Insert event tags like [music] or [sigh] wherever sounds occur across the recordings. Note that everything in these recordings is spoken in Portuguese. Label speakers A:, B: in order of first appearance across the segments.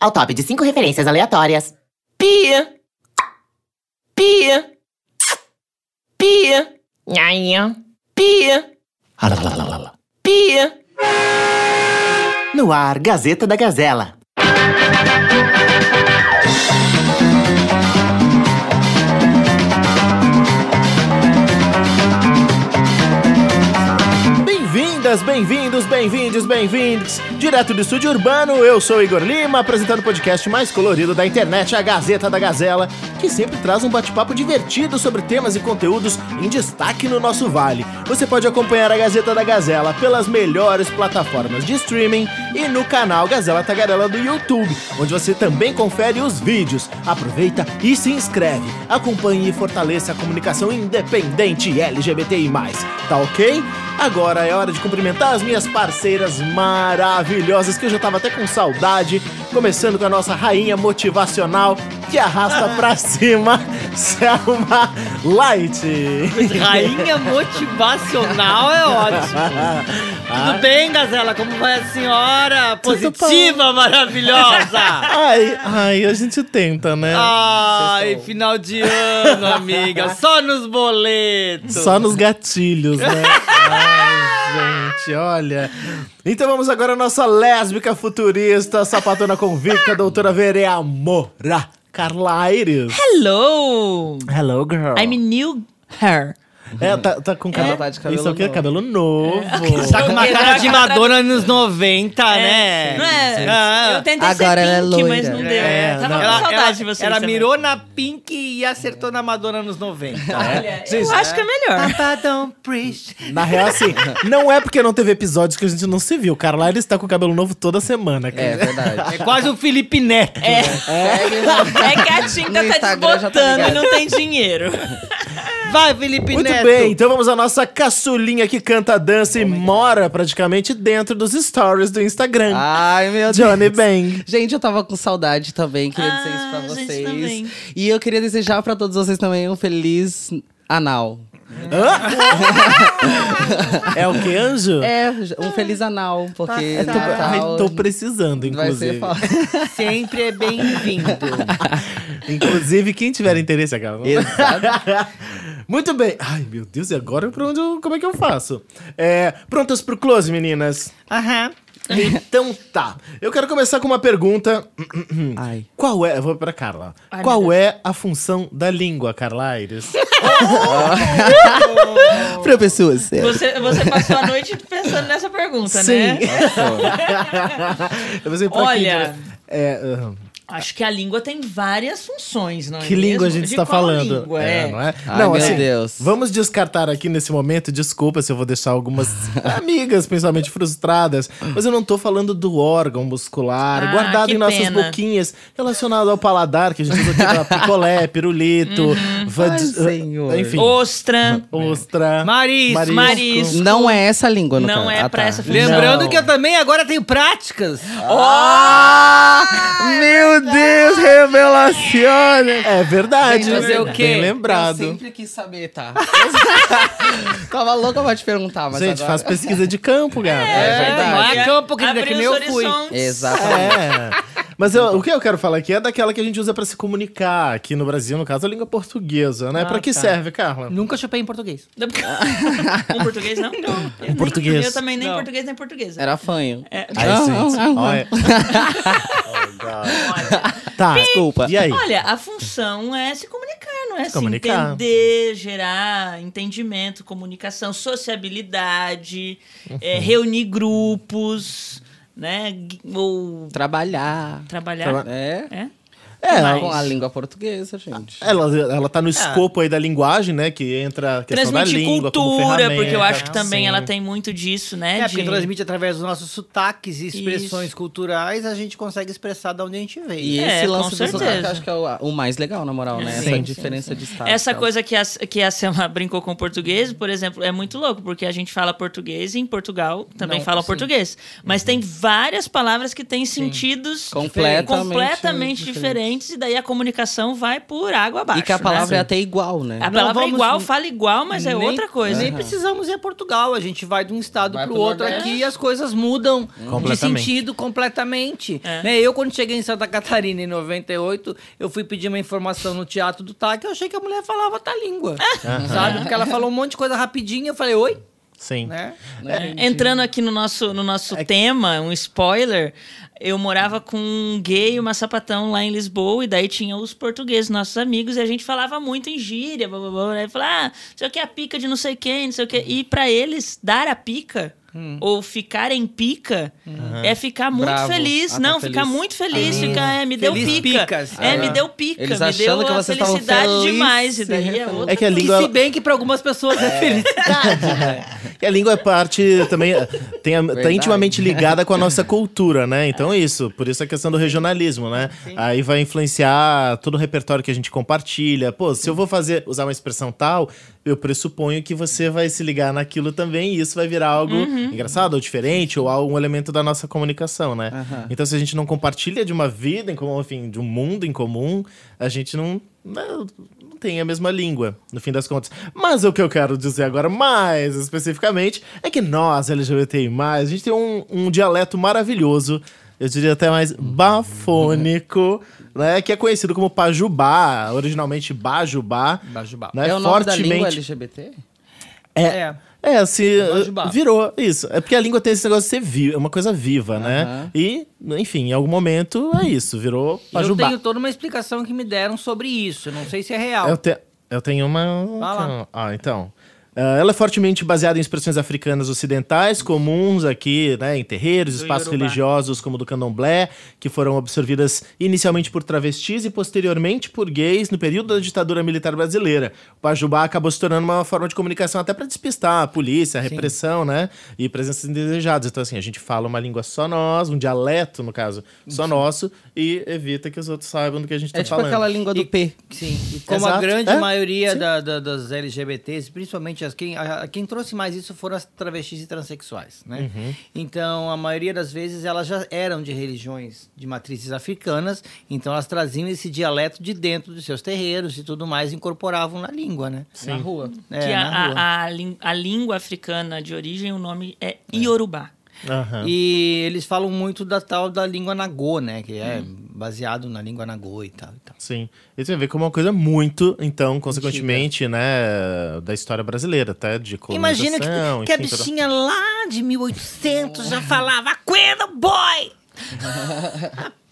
A: ao top de cinco referências aleatórias. Pia! Pia! Pia! Nhanhã! Pia! Pia! No ar, Gazeta da Gazela.
B: Bem-vindas, bem-vindos, bem-vindos, bem-vindos. Direto do estúdio urbano, eu sou o Igor Lima, apresentando o podcast mais colorido da internet, a Gazeta da Gazela, que sempre traz um bate-papo divertido sobre temas e conteúdos em destaque no nosso vale. Você pode acompanhar a Gazeta da Gazela pelas melhores plataformas de streaming e no canal Gazela Tagarela do YouTube, onde você também confere os vídeos. Aproveita e se inscreve. Acompanhe e fortaleça a comunicação independente LGBTI+. Tá ok? Agora é hora de cumprimentar as minhas parceiras maravilhosas, que eu já tava até com saudade. Começando com a nossa rainha motivacional, que arrasta pra cima, Selma Light. [laughs]
C: Rainha motivacional é ótimo. Tudo bem, Gazela? Como vai a senhora? Positiva, [laughs] maravilhosa!
D: Ai, ai, a gente tenta, né?
C: Ah, Ai, final de ano, amiga. Só nos boletos.
D: Só nos gatilhos, [laughs] né? ai, gente, olha.
B: Então vamos agora à nossa lésbica futurista, sapatona convicta, doutora Verea Moura Carla Aires.
C: Hello!
B: Hello, girl.
C: I'm new her.
B: É, tá, tá com cabelo.
D: tá de cabelo
B: Isso aqui é
D: novo. É.
B: cabelo novo.
C: Tá com uma cara de Madonna anos 90, né?
E: Não é?
C: Ah,
E: Eu tentei
F: Agora
E: ser
F: ela é
E: pink,
F: loira.
E: mas não deu.
C: É,
E: Tava
C: não.
E: com
C: Ela,
E: saudade de
C: ela-
E: você.
C: ela
E: Isabel.
C: mirou na Pink e acertou na Madonna nos 90. [laughs]
E: Olha, eu acho que é
C: Tá
E: melhor.
B: Na real,
D: [laughs]
B: assim, não é porque não teve episódios que a gente não se viu. Carla Aires tá com cabelo novo toda semana, cara.
D: É verdade.
C: É quase o Felipe Neto.
D: Segue
E: É que a tinta
D: No
E: tá
D: Instagram já tá
E: desbotando e
D: ligado.
E: não tem dinheiro.
C: Vai, Felipe
B: Muito
C: Neto.
B: bem, então vamos à nossa caçulinha que canta, dança e mora praticamente dentro dos stories do
D: [laughs]
B: Instagram.
D: Ai, meu Deus.
B: Johnny Bang.
D: Gente, eu tava com saudade também, queria
E: Ah,
D: dizer isso pra
E: gente,
D: vocês.
E: também.
D: e eu queria desejar pra todos vocês também um feliz anal.
B: É o que, anjo?
D: É, um feliz anal, porque
B: Eu tô, ai,
D: Natal
B: tô precisando,
D: vai ser
B: inclusive.
D: foda.
C: Sempre é bem-vindo.
B: [laughs] Inclusive, quem tiver interesse, aquela.
D: Exato.
B: Muito bem. Ai, meu Deus, e agora pra onde eu- como é que eu faço? É, prontas pro close, meninas?
C: Aham.
B: Então tá. Eu quero começar com uma pergunta.
D: Ai.
B: Qual é. eu Vou pra Carla.
E: Ai, meu
B: Qual é a função da língua, Carla Aires?
D: Professor, você.
E: Você, você passou a noite pensando nessa pergunta, [laughs] né?
B: eu vou sempre pra
E: Olha.
B: quem, né? É, aham.
E: Acho que a língua tem várias funções, não é
B: que língua a gente
E: está
B: está falando?
E: Língua, é.
B: não é?
D: Ai,
B: não,
D: meu
B: assim,
D: Deus.
B: Vamos descartar aqui nesse momento, desculpa se eu vou
D: [laughs]
B: deixar algumas amigas, principalmente frustradas, mas eu não tô falando do órgão muscular
E: Ah,
B: guardado
E: que
B: em nossas
E: pena.
B: boquinhas, relacionado ao paladar, que a gente usa aqui
E: [laughs]
B: pra picolé, pirulito,
E: Uhum.
B: va-
D: Ai,
B: des-
D: senhor.
B: enfim,
E: Ostra.
B: ostra.
C: Marisco.
B: Marisco.
E: Marisco.
D: Não é essa língua, no
E: Não
D: caso.
E: é
D: Ah,
E: pra
D: tá.
E: essa função.
C: Lembrando
B: Não.
C: que eu também agora tenho práticas.
D: Ah, meu Deus, revelaciona!
B: É verdade,
D: Gente, mas eu
B: bem
C: que-
D: Eu
B: lembrado.
D: sempre quis saber, tá? [laughs] Tava louca pra te perguntar, mas
B: Gente,
D: agora...
B: faz pesquisa de campo, gata.
D: É verdade.
C: não é campo, querida,
E: Abriu
C: que nem eu
E: os
C: fui.
E: horizontes.
D: Exatamente.
B: É. Mas eu- o que eu quero falar aqui é daquela que a gente usa pra se comunicar aqui no Brasil, no caso a língua portuguesa, né?
C: Ah,
B: pra que
C: tá.
B: serve, Carla?
C: Nunca chupei em
E: [laughs]
C: português.
E: Um português, não? Não. Eu nem-
B: português.
E: Eu também nem
C: Não.
E: português, nem portuguesa.
D: Era fanho.
E: É.
B: Ai,
D: Ah,
B: gente.
D: ah, ah,
E: [laughs]
B: Olha.
D: Tá, desculpa.
B: E aí?
E: Olha, a função é se comunicar, não é? Se
B: comunicar.
E: entender, gerar entendimento, comunicação, sociabilidade, é,
B: Uhum.
E: reunir grupos, né? Gui- Ou
D: Trabalhar.
E: trabalhar.
F: né?
D: É.
E: É?
B: É,
D: Com a língua portuguesa, gente.
B: ela, ela
C: Ah.
B: tá no escopo aí da linguagem, né? Que entra a questão da
E: Transmitir
B: língua, como
E: cultura,
B: ferramenta,
E: porque eu acho que também
B: assim.
E: ela tem muito disso, né?
C: É,
E: de-
C: porque transmite através dos nossos sotaques e expressões
E: Isso.
C: culturais, a gente consegue expressar de onde a gente né? veio.
D: E
E: É,
D: esse
E: com
D: lance do sotaque,
E: certeza.
D: acho que é o, o mais legal, na moral, né?
B: Sim,
D: essa
B: sim,
D: diferença de
F: Tá,
D: status.
E: Essa coisa que a, que a Selma [laughs] brincou com o português, por exemplo, é muito louco, porque a gente fala português e em Portugal também
D: Não,
E: falam
D: sim.
E: português. Mas tem várias palavras que têm sentidos
D: Completamente
E: completamente diferentes. diferentes e daí a comunicação vai por água abaixo.
F: E que a palavra é
E: né?
F: até igual, né?
E: A
C: Não
E: palavra é
C: vamos-
E: igual, fala igual, mas é
C: Nem-
E: outra coisa.
C: Nem precisamos ir a Portugal. A gente vai de um estado
D: Vai
C: pro,
D: pro
C: outro
D: Nordeste.
C: aqui e as coisas mudam de
B: Completamente.
C: sentido completamente.
E: É.
C: Né, Eu, quando cheguei em Santa Catarina em 98, eu fui pedir uma informação no Teatro do Tac. Eu achei que a mulher falava outra língua.
E: É.
C: [laughs] Sabe? Porque ela falou um monte de coisa rapidinho. Eu falei, oi?
B: Sim.
C: Né?
E: É, Entrando aqui no nosso, no nosso tema, um spoiler, eu morava com um gay e uma sapatão lá em Lisboa, e daí tinha os portugueses, nossos amigos, e a gente falava muito em gíria, blá, blá, blá, né? Falar, ah, não sei o que, a pica de não sei quem, não sei o que. E pra eles, dar a pica... Ou ficar em pica é ficar muito
F: Bravo.
E: feliz.
F: Ah, tá
E: não,
F: feliz.
E: ficar muito feliz.
C: Ah.
E: ficar, é, me deu
C: Feliz
E: pica.
C: picas.
E: É,
C: Ah.
E: me deu pica.
F: Eles
E: me deu
F: achando que
E: a
F: vocês estavam
E: felicidade
F: felizes.
E: demais. E daí é outra
B: É que a
C: E
B: língua.
C: se bem que pra algumas pessoas é, feliz.
B: E a língua é parte também, tem a- tá
F: Verdade.
B: intimamente ligada com a nossa cultura, né? Então é isso, por isso a questão do regionalismo, né? Aí vai influenciar todo o repertório que a gente compartilha. Pô, se eu vou fazer, usar uma expressão tal, eu pressuponho que você vai se ligar naquilo também e isso vai virar algo engraçado ou diferente ou algum elemento da nossa comunicação, né? Então se a gente não compartilha de uma vida em comum, enfim, de um mundo em comum, a gente não... né, não tem a mesma língua, no fim das contas. Mas o que eu quero dizer agora, mais especificamente, é que nós, LGBTI, a gente tem um, um dialeto maravilhoso, eu diria até mais bafônico, né? Que é conhecido como Pajubá, originalmente Bajubá.
C: Bajubá.
B: Né,
F: é o nome da língua LGBT?
C: É.
B: é, assim,
C: Bajubá.
B: virou isso. É porque a língua tem esse negócio de ser viva, é uma coisa viva, né? E, enfim, em algum momento é isso, virou
C: E Eu
B: Pajubá.
C: tenho toda uma explicação que me deram sobre isso. Eu Não sei se é real.
B: Eu, te- eu tenho uma.
C: Fala.
B: Ah, então. Ah, ela é fortemente baseada em expressões africanas ocidentais, comuns aqui, né, em terreiros, espaços
E: Iorubá.
B: religiosos como o do candomblé, que foram absorvidas inicialmente por travestis e posteriormente por gays no período da ditadura militar brasileira. O pajubá acabou se tornando uma forma de comunicação até para despistar a polícia, a repressão, né, e presenças indesejadas. Então, assim, a gente fala uma língua só nós, um dialeto, no caso, só nosso, e evita que os outros saibam do que a gente está
F: É tipo
B: falando.
F: aquela língua do P.
C: Sim, e como a
B: Exato.
C: grande
B: É,
C: maioria da- da- das LGBTs, principalmente as quem, a- quem trouxe mais isso foram as travestis e transexuais, né?
B: Uhum.
C: Então, a maioria das vezes elas já eram de religiões de matrizes africanas, então elas traziam esse dialeto de dentro dos seus terreiros e tudo mais, incorporavam na língua, né?
F: Na rua.
C: É,
E: que a,
C: na rua.
E: a, a, lin- a língua africana de origem, o nome é Iorubá.
B: Aham.
C: E eles falam muito da tal da língua nagô, né? Que é
E: Hum.
C: baseado na língua nagô e tal. E tal.
B: Sim. E você vê como é uma coisa muito, então, consequentemente, né, da história brasileira, tá? De colonização,
C: Imagina que, que a
B: enfim, toda-
C: bichinha lá de 1800 já falava Aquendo boy!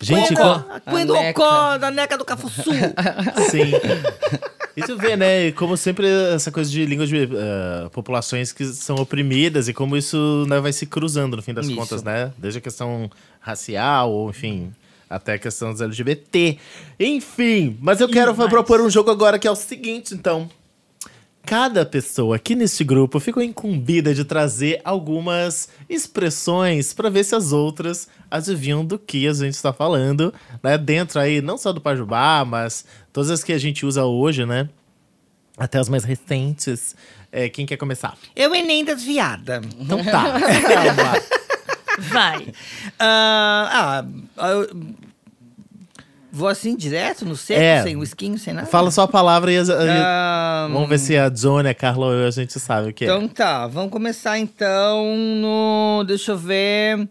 B: Gente, co-
C: Quando
F: A neca.
C: Ocó, da Neca do Cafuçu.
B: sim. E tu vê, né, e como sempre essa coisa de língua de eh, populações que são oprimidas e como isso né, vai se cruzando no fim das
C: Isso.
B: contas, né? Desde a questão racial, ou enfim, até a questão dos LGBT. Enfim, mas eu quero propor um jogo agora que é o seguinte, então. Cada pessoa aqui neste grupo ficou incumbida de trazer algumas expressões para ver se as outras adivinham do que a gente está falando, né? Dentro aí, não só do Pajubá, mas todas as que a gente usa hoje, né? Até as mais recentes. É, quem quer começar?
C: Eu Enem desviada.
B: Então
C: [laughs]
B: tá. Calma.
E: [laughs] Vai.
C: Ah, ah, eu- vou assim direto, no seco,
B: É.
C: sem whisky, sem nada?
B: Fala só a palavra e, as- e-
C: Ah,
B: vamos ver se a Johnny, a Carla ou eu, a gente sabe o que é.
C: Então tá, vamos começar então no... Deixa eu ver...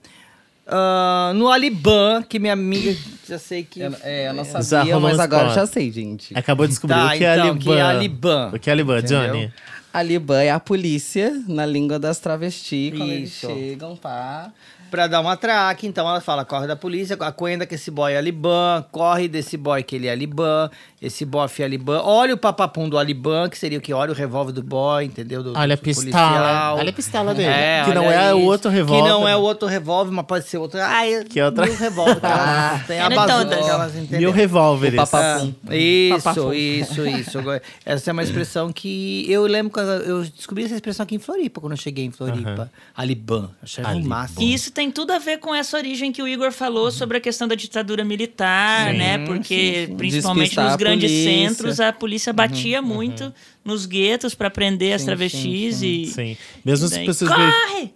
C: ah, no Aliban, que minha amiga, já sei que...
F: Eu, é, eu não
B: Já
F: sabia,
B: rolou
F: mas
B: um
F: agora
B: spoiler.
F: já sei, gente.
B: é. Acabou de descobrir
C: Tá,
B: o que é
C: então,
B: Aliban.
C: que é Aliban.
B: O que é Aliban, Johnny?
F: A Liban é a polícia na língua das travestis. Quando eles
C: Isso.
F: chegam, pá.
C: Pra dar uma traque, então ela fala: corre da polícia, acuenda que esse boy é Aliban, corre desse boy que ele é Aliban, esse bofe é Aliban, olha o papapum do Aliban, que seria o que? Olha o revólver do boy, entendeu? Do,
B: Olha a
C: do
B: pistola,
C: policial.
B: olha a pistola dele.
C: É,
B: Que não
C: olha
B: é o
C: isso.
B: outro
C: Que
B: revólver.
C: não é o outro revólver, mas pode ser outro. Ah, é
B: Que outra-
C: Mil
B: [laughs]
C: revólver, cara. tem a
E: Era
C: bazuca
E: todas.
C: que elas entendem.
B: Mil revólveres.
F: papá-
C: Ah, Isso, isso, isso. Agora, Essa é uma expressão que eu lembro quando eu descobri essa expressão aqui em Floripa, quando eu cheguei em Floripa. Aliban, achei o
B: Aliban.
C: máximo.
E: E isso tem tudo a ver com essa origem que o Igor falou sobre a questão da ditadura militar, né? Porque, principalmente
F: Despistar
E: nos
F: a
E: grandes
F: polícia. Uhum,
E: centros, a polícia batia muito nos guetos pra prender as travestis e.
B: Sim. Mesmo as
E: daí,
B: pessoas. meio-
E: Corre!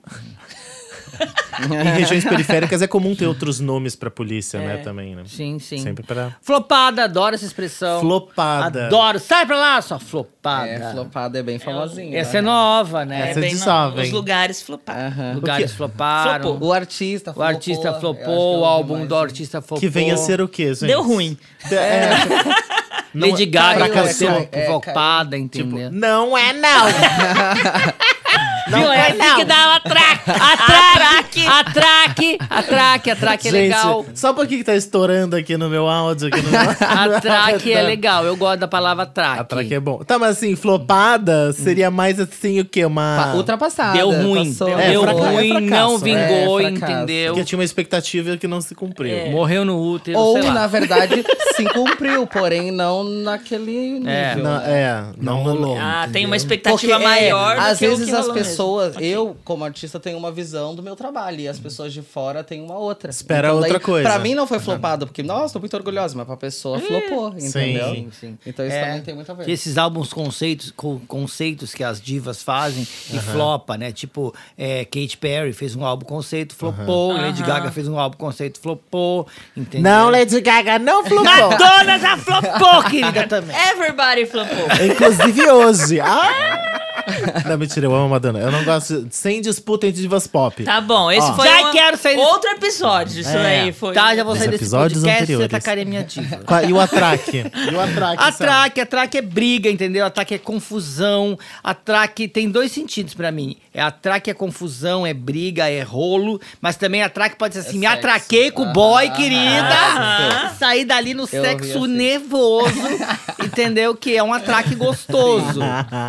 B: em regiões periféricas é comum ter outros nomes pra polícia, né, também, né?
C: É. Sim, sim.
B: Sempre pra...
C: Flopada, adoro essa
E: Então,
C: expressão.
B: Flopada.
C: Adoro. Sai pra lá, sua flopada.
F: É, flopada é bem famosinha.
C: Essa é
F: né?
C: nova, né?
B: Essa é de
E: no-
B: jovem.
E: Os lugares floparam.
F: Aham.
C: Lugares floparam.
E: Flopou.
F: O artista
C: O artista
F: eu acho que
C: flopou,
F: é
C: o álbum
F: mais
C: do
F: um.
C: artista flopou.
B: Que venha a ser o quê, gente?
E: Deu ruim.
B: É. Não-
C: Lady Gaga
F: caiu,
C: foi
F: é, caiu.
C: flopada,
B: Tipo,
C: entendeu?
B: não é
C: [laughs]
B: não.
C: Ah, não Viu? É assim que dá o [laughs] atraque. Atraque, atraque, atraque, atraque é legal.
B: Só por que que tá estourando aqui no meu áudio? Aqui no
C: [laughs]
B: meu... [laughs]
C: Atraque é legal, eu gosto da palavra atraque.
B: Atraque é bom. Tá, mas assim, flopada
C: Hum.
B: seria mais assim o quê? Uma...
F: Pa- Ultrapassada.
C: Deu ruim,
F: passou.
C: deu,
B: É,
C: deu
B: fraca-
C: ruim,
F: fracasso,
C: não vingou,
F: é, fracasso.
C: entendeu?
B: Porque tipo, tinha uma expectativa que não se cumpriu.
C: Morreu no útero,
F: Ou,
C: sei lá.
F: na verdade, se cumpriu, porém não naquele nível.
C: É.
B: Não, é, não rolou.
E: Ah, tem uma
F: Porque,
E: expectativa
F: é,
E: maior do
F: às
E: que o
F: vezes
E: que
F: as
E: rolou mesmo.
F: pessoas, eu como artista tenho uma visão do meu trabalho e as pessoas de fora têm uma outra. Então,
B: Espera outra coisa.
F: Pra mim não foi flopado, porque nossa, tô muito orgulhosa, mas pra pessoa flopou, entendeu?
B: Sim,
C: sim.
F: Então isso
C: É,
F: também tem muito a ver.
C: Que esses álbuns conceitos, co- conceitos que as divas fazem e flopa, né? Tipo, é, Katy Perry fez um álbum conceito, flopou. Lady Gaga fez um álbum conceito, flopou. Entendeu?
B: Não, Lady Gaga, não flopou.
C: Madonna já flopou, querida, também.
E: Everybody flopou.
B: É Inclusive hoje. Ah! Não, mentira, eu amo a Madonna. Eu não gosto. Sem disputa entre divas pop.
E: Tá bom, esse
B: Ó.
E: foi
C: Já
E: uma-
C: quero sair desse-
E: outro episódio. Isso aí foi.
C: Tá, já vou
B: Dos
C: sair desse
B: episódios
C: podcast, você
B: anteriores.
C: tacaria minha diva.
B: Qua- E o atraque? E o atraque? Sam?
C: Atraque, atraque é briga, entendeu? Atraque é confusão. Atraque tem dois sentidos pra mim. É atraque é confusão, é briga, é rolo, mas também atraque pode ser assim, me
F: sexo.
C: atraquei com o
F: Ah,
C: boy,
F: ah,
C: querida.
E: ah.
C: Saí dali no sexo
F: assim.
C: nervoso, entendeu? Que é um atraque gostoso,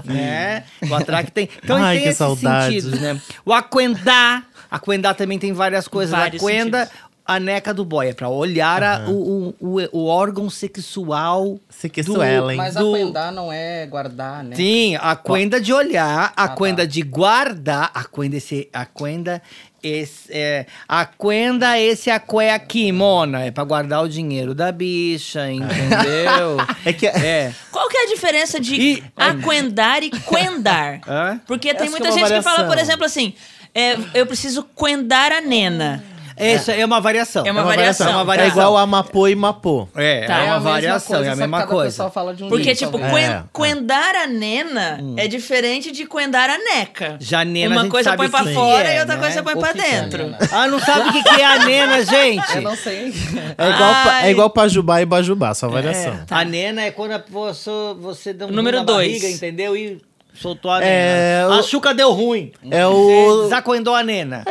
C: né? O atraque tem, então
B: Ai,
C: tem
B: que
C: esses
B: saudade.
C: sentidos, né? O aquendá, aquendá também tem várias coisas.
E: Vários
C: aquenda
E: sentidos.
C: a neca do boy, é pra olhar a- o, o, o- o órgão sexual.
B: Se que é isso, Ellen.
F: Mas
C: do-
F: acuendar não é guardar, né?
C: Sim, a quenda de olhar,
B: Ah,
C: a
B: tá.
C: quenda de guardar, a quenda esse, a quenda esse, é, a quenda esse a cueca aqui, mona, é pra guardar o dinheiro da bicha, entendeu?
B: [laughs] É que-
C: é.
E: Qual que é a diferença de
C: E-
E: aquendar
C: [laughs]
E: e quendar?
C: Hã?
E: Porque
B: Essa
E: tem
B: é
E: muita
B: uma
E: gente que fala,
B: variação.
E: por exemplo, assim: é, eu preciso quendar a nena.
C: Isso é uma variação.
E: É uma variação.
B: É,
C: né?
E: uma
B: é
E: variação.
B: igual a Mapô e Mapô.
C: É,
E: Tá.
C: é
E: É a
C: uma
F: mesma
C: variação, é a
F: só que
C: mesma
F: cada
C: coisa.
F: pessoa fala de um
E: Porque,
F: jeito,
E: tipo,
F: talvez.
E: quen-
B: É, é.
E: quendar a nena é diferente de quendar a neca.
C: Janena, Hum. a
E: Uma
C: gente
E: coisa
C: sabe
E: põe pra
C: quem
E: fora
C: é,
E: e outra
C: né?
E: coisa põe
F: O
E: pra
F: que que é a
E: tá dentro.
F: nena?
C: Ah, não sabe o que, que é a nena, gente?
F: Eu não sei.
B: É igual, pa-
E: Ai.
B: é igual Pajubá e Bajubá, só variação.
C: A nena é quando a pessoa, você deu um
E: Número
C: ruim na
E: dois.
C: barriga, entendeu? E soltou a nena.
B: É,
C: A
B: o-
C: chuca deu ruim.
B: É, o.
C: Desacoendou a nena.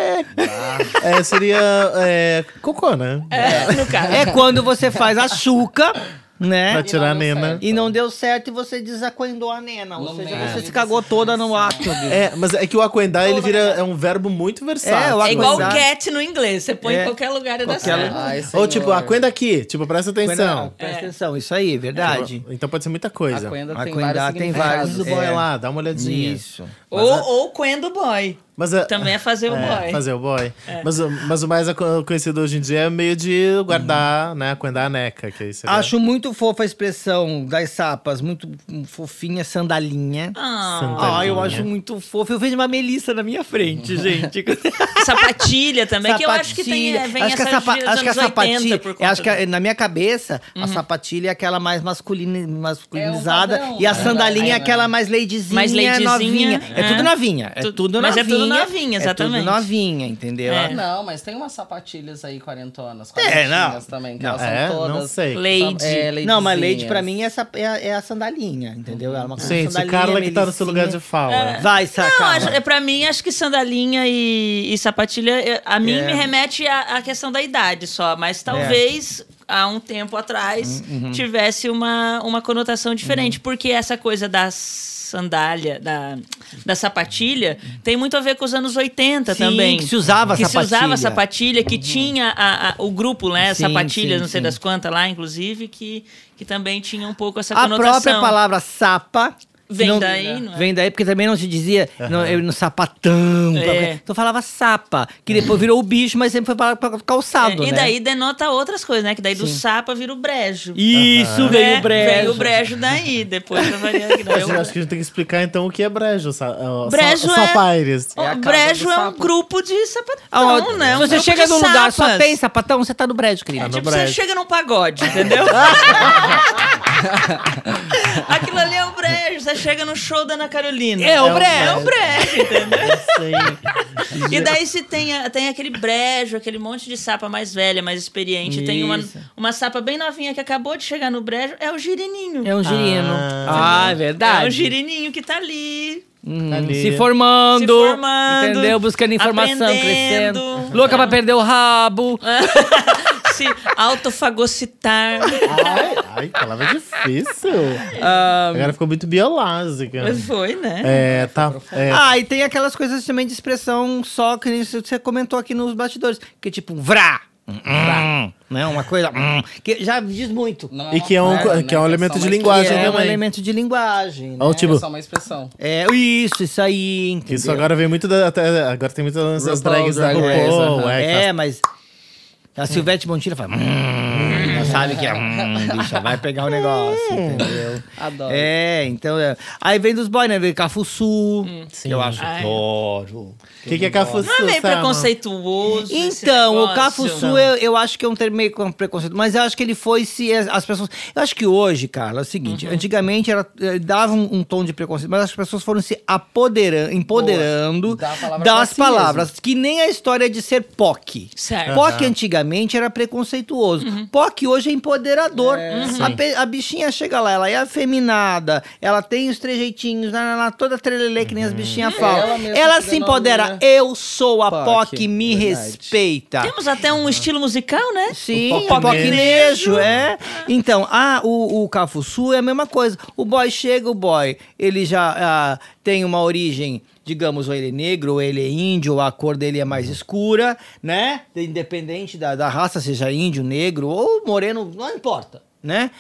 B: É, seria. É, cocô, né?
E: É, no caso.
C: É [laughs] quando você faz a chuca,
B: Pra
C: né?
B: tirar a
F: não
B: nena.
C: E não deu certo e você desacoendou a nena. Ou
F: No
C: seja,
F: meio
C: você se
F: do
C: cagou toda no
E: Tá
C: ato.
B: É, mas é que o aquendar, ele vira. É um verbo muito versátil.
C: o
E: É igual
C: Coisa.
E: cat no inglês. Você põe
C: É.
E: em qualquer lugar e dá
C: Qualquer
E: certo.
F: Ai,
B: Ou
F: senhor.
B: tipo, aquenda aqui. Tipo, presta
C: Não,
B: atenção.
C: presta atenção, isso aí, é verdade.
B: Então pode ser muita coisa.
F: Aquenda
C: A
F: tem
C: coendá
F: vários
C: tem vários-
B: Mas o
F: significados.
B: boy
C: É.
B: lá, dá uma olhadinha.
C: Isso.
E: Ou, ou quendo boy.
B: Mas a-
E: Também é fazer o
B: É,
E: boy.
B: Fazer o boy. Mas, o- mas o mais aco- conhecido hoje em dia é meio de guardar, né? Aquendar a neca, que aí seria
C: Acho muito fofa a expressão das sapas, muito hum, fofinha, sandalinha.
E: Ah,
B: sandalinha.
C: Ah, eu acho muito fofo. Eu vejo uma Melissa na
B: [laughs]
C: minha frente, gente.
E: sapatilha também, que eu acho que tem, é, vem
C: Acho que a
E: essa
C: sapa-
E: gíria dos
C: acho que a
E: anos 80
C: sapatilha.
E: por conta
C: Acho que
E: do- Uhum.
C: a- na minha cabeça, a sapatilha é aquela mais masculina, masculinizada.
F: É um padrão,
C: e a
F: né?
C: sandalinha é
F: É, né?
C: aquela mais ladyzinha,
E: Mais ladyzinha,
C: novinha. É.
E: é.
C: tudo novinha. É
E: Tu-
C: tudo novinha.
E: mas é tudo novinha,
C: É
E: exatamente.
C: tudo novinha, entendeu?
E: É.
F: Ah, Não, mas tem umas sapatilhas aí quarentonas,
C: É, não.
F: quarentinhas também, que
C: Não,
F: elas são
B: É,
F: todas...
B: não sei.
E: Lady.
B: É
C: Não, mas Lady pra mim é, essa, é, a- é a sandalinha, entendeu? É uma
B: Gente,
C: sandalinha,
B: Carla que tá no seu
C: melicinha.
B: lugar de fala.
C: Vai,
E: Não,
C: saca.
E: acho, é, pra mim, acho que sandalinha e, e sapatilha, é, a mim
C: É.
E: me remete à, à questão da idade só, mas talvez há um tempo atrás
C: Uhum,
E: tivesse uma, uma conotação diferente, porque essa coisa da sandália, da, da sapatilha, tem muito a ver com os anos 80
C: Sim,
E: também.
C: que se usava
E: que
C: sapatilha. Uhum.
E: se usava sapatilha, que tinha a- a- o grupo, né?
C: Sim,
E: sapatilhas,
C: sim,
E: não sei
C: sim.
E: das quantas lá, inclusive, que, que também tinha um pouco essa
C: A
E: conotação.
C: própria palavra sapa
E: Vem
C: não-
E: daí, não é?
C: Vem daí, porque também não se dizia não, eu, no sapatão.
E: É.
C: Então falava sapa, que depois virou o bicho, mas sempre foi pra, pra calçado,
E: É, e
C: né?
E: daí denota outras coisas, né? Que daí do sapa vira o brejo.
C: Isso,
E: né?
C: veio o brejo.
E: Veio o brejo daí, depois da variante. Não, é
B: Eu
E: o-
B: acho que a gente tem que explicar então o que é brejo. Sa, ah,
E: Brejo
B: sa,
E: é- [laughs]
B: Sapaires.
E: O
F: a casa
E: brejo
F: do
E: é um
F: sapo.
E: grupo de
C: Ah,
E: sapatão,
C: ó,
E: né? Um
C: Se você
E: grupo
C: chega
E: de
C: num lugar só
E: sapas.
C: tem sapatão, você tá no brejo,
E: É,
C: querido.
E: tipo, você
B: brejo.
E: chega num pagode, entendeu? Aquilo ali é o brejo. Você chega no show da Ana Carolina.
C: É o brejo.
E: É o brejo, entendeu?
B: Sim.
E: E daí se tem, a- tem aquele brejo, aquele monte de sapa mais velha, mais experiente. Tem uma,
C: Isso.
E: uma sapa bem novinha que acabou de chegar no brejo. É o girininho.
C: É um girino.
B: Ah.
C: Ah, é verdade.
E: É o girininho que tá ali.
C: Hum,
B: Ali.
C: se formando,
E: Se formando,
C: entendeu? Buscando informação,
E: aprendendo. É.
C: crescendo. Louca pra perder o rabo.
E: [laughs] se autofagocitar.
B: Ai, ai, palavra difícil. Agora ficou muito biolásica.
E: Mas Foi, né?
B: É, tá. é,
C: Ah, e tem aquelas coisas também de expressão só que nem você comentou aqui nos bastidores, que é tipo um vrá. Um, um, né? Uma coisa um, que já diz muito.
F: Não
B: E
F: uma
B: que é um-
F: palavra,
B: que é um
F: né?
B: elemento
F: só
B: de
F: uma
B: linguagem,
C: Que
F: expressão.
C: é um
B: também.
C: elemento de linguagem, né?
B: Ó, o tipo,
F: É só uma expressão.
C: É, isso, isso aí, entendeu?
B: isso agora vem muito da. até- agora tem muita lance das
F: RuPaul,
B: drags da
F: Drag Race,
B: RuPaul,
F: aham.
B: é,
C: É, mas a Silvete Montilla faz... "Hum", já sabe que é... "Hum", bicha, vai pegar o negócio, entendeu?
F: Adoro.
C: É, então... é. Aí vem dos boys, né? Vem Cafuçu, que eu acho
E: Ai.
C: adoro.
B: O que, que é cafuçu?
E: Não é meio
B: Sama?
E: preconceituoso. esse
C: Então, o
E: negócio?
C: Cafuçu, eu, eu acho que é um termo meio com preconceito, mas eu acho que ele foi se eh, as as pessoas. Eu acho que hoje, Carla, é o seguinte:
F: Uhum.
C: antigamente era, eh, dava um, um tom de preconceito, mas as pessoas foram se apoderando, empoderando
F: Da palavra pra
C: das
F: si
C: palavras, que nem a história de ser POC.
E: Certo.
C: POC antigamente era preconceituoso.
F: Uhum.
C: POC hoje é empoderador. A,
B: Sim.
C: pe- a bichinha chega lá, ela é afeminada, ela tem os trejeitinhos, lá, lá, lá, toda trelelê que nem as bichinhas falam.
F: Uhum. É, Ela
C: Ela,
F: mesma se
C: se empodera.
F: denomina
C: Eu sou a POC,
F: POC,
C: me
F: verdade.
C: respeita.
E: Temos até um estilo musical, né?
C: Sim,
B: O
C: o
B: poquinejo.
C: poquinejo, é. Então, ah, o, o cafuçu é a mesma coisa. O boy chega, o boy, ele já ah, tem uma origem, digamos, ou ele é negro, ou ele é índio, ou a cor dele é mais escura, né? Independente da, da raça, seja índio, negro ou moreno, não importa, né?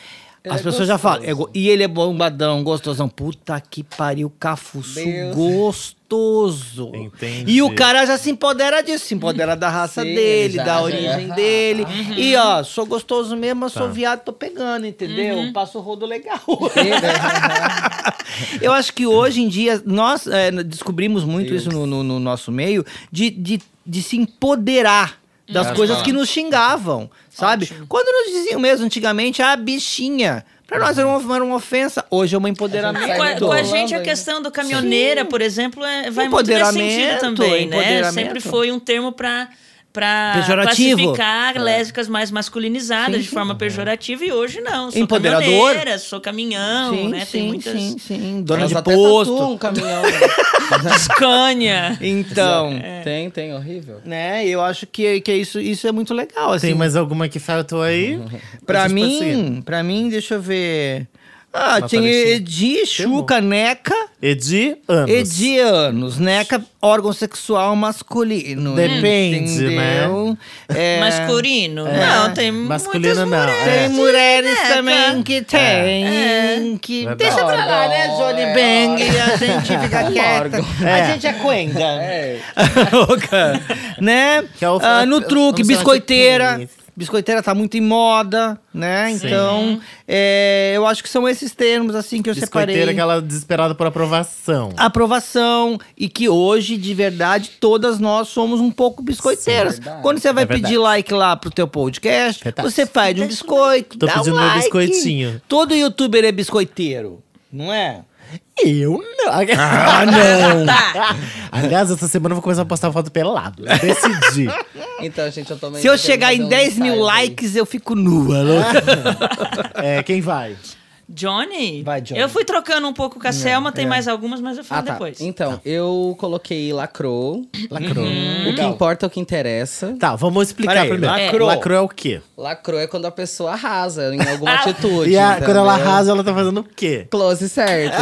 F: Ele
C: As
F: é
C: pessoas já falam,
F: gostoso.
C: é go- e ele é bombadão, gostosão. Puta que pariu, cafuçu
F: Deus.
C: gostoso.
B: Entendi.
C: E o cara já se empodera disso, se empodera da raça
F: Sim, Uhum.
C: dele,
F: já,
C: da
F: já.
C: origem dele. E ó, sou gostoso mesmo, mas
F: Tá.
C: sou viado, tô pegando, entendeu?
F: Uhum.
C: Passo o rodo legal.
F: né?
C: [laughs] Eu acho que hoje em dia nós é, descobrimos muito isso no, no- no nosso meio de, de, de se empoderar. Das
F: Das
C: coisas que
F: palavras.
C: nos xingavam, sabe? Quando nos diziam mesmo antigamente, ah, bichinha. Pra nós era uma, era uma ofensa, hoje é um empoderamento.
E: Com a,
F: Certo.
E: com a gente, a
F: Uhum. Sim.
E: questão do caminhoneira, por exemplo, é, vai muito nesse sentido
C: Um Empoderamento,
E: também, né?
C: empoderamento.
E: Sempre foi um termo para para
C: Pejorativo. É.
E: classificar lésbicas mais masculinizadas de forma pejorativa e hoje não. Sou
C: Empoderador.
E: caminhoneira, sou caminhão,
C: sim,
E: né?
C: sim,
E: Tem muitas [laughs]
C: sim, sim. Dona
F: Elas
C: de
F: até
C: posto.
F: tatuam um caminhão.
B: né?
E: Scania.
C: Então,
F: Tem, tem, horrível.
C: né, eu acho que, que isso, isso é muito legal, assim.
B: Tem mais alguma que faltou
C: [laughs]
B: aí?
C: pra
B: A gente pode seguir.
C: mim, pra mim, deixa eu ver... Ah,
B: Uma
C: tinha
B: parecida.
C: Edi, Chuca, Neca,
B: Edi Anos.
C: Edi anos. Neca, órgão sexual masculino.
B: Depende, né?
C: entendeu?
E: [laughs]
C: É,
E: Masculino. Não, tem
B: Masculina
E: muitas
B: não.
E: mulheres.
B: é.
C: tem mulheres
E: Neca.
C: também que tem. Que...
B: Verdade.
C: Deixa pra lá, né, Johnny
F: É,
C: Bang? A gente fica quieto. A gente é acuenda.
F: É.
C: Oca, né?
B: Que é o-
C: Ah, no
B: é-
C: truque,
B: vamos falar de
C: biscoiteira.
B: truques.
C: Biscoiteira tá muito em moda, né? Então, é, eu acho que são esses termos, assim, que eu
B: Biscoiteira,
C: separei.
B: aquela desesperada por aprovação.
E: Ah,
C: Aprovação. E que hoje, de verdade, todas nós somos um pouco biscoiteiras.
F: Sim, verdade.
C: Quando você vai
B: É verdade.
C: pedir like lá pro teu podcast,
B: Verdade.
C: você pede um biscoito,
B: Tô
C: dá
B: pedindo
C: um
B: meu
C: like.
B: biscoitinho.
C: Todo youtuber é biscoiteiro, não é?
B: Eu não. Ah, não! [laughs] Aliás, essa semana eu vou começar a postar foto pelado.
C: [laughs]
B: Decidi.
F: Então, gente, eu também.
C: Se eu
F: quero
C: chegar em
F: fazer um
C: 10 mil
F: ensaio aí.
C: likes, eu fico nua, louca.
B: é, quem vai?
E: Johnny?
C: Vai, Johnny.
E: Eu fui trocando um pouco com a Selma, tem mais algumas, mas eu falo
F: Ah, tá.
E: depois.
F: Então, eu coloquei lacrou.
B: Lacrou.
F: O que importa é o que interessa.
B: Tá, vamos explicar
C: Uhum. Peraí,
B: primeiro.
C: lacrou.
B: Lacrou é o quê?
F: Lacrou é quando a pessoa arrasa em
B: [laughs] Ah.
F: alguma atitude.
B: E a-
F: entendeu?
B: quando
C: né?
B: ela arrasa, ela tá fazendo o quê?
F: Close
C: [laughs]
F: certo.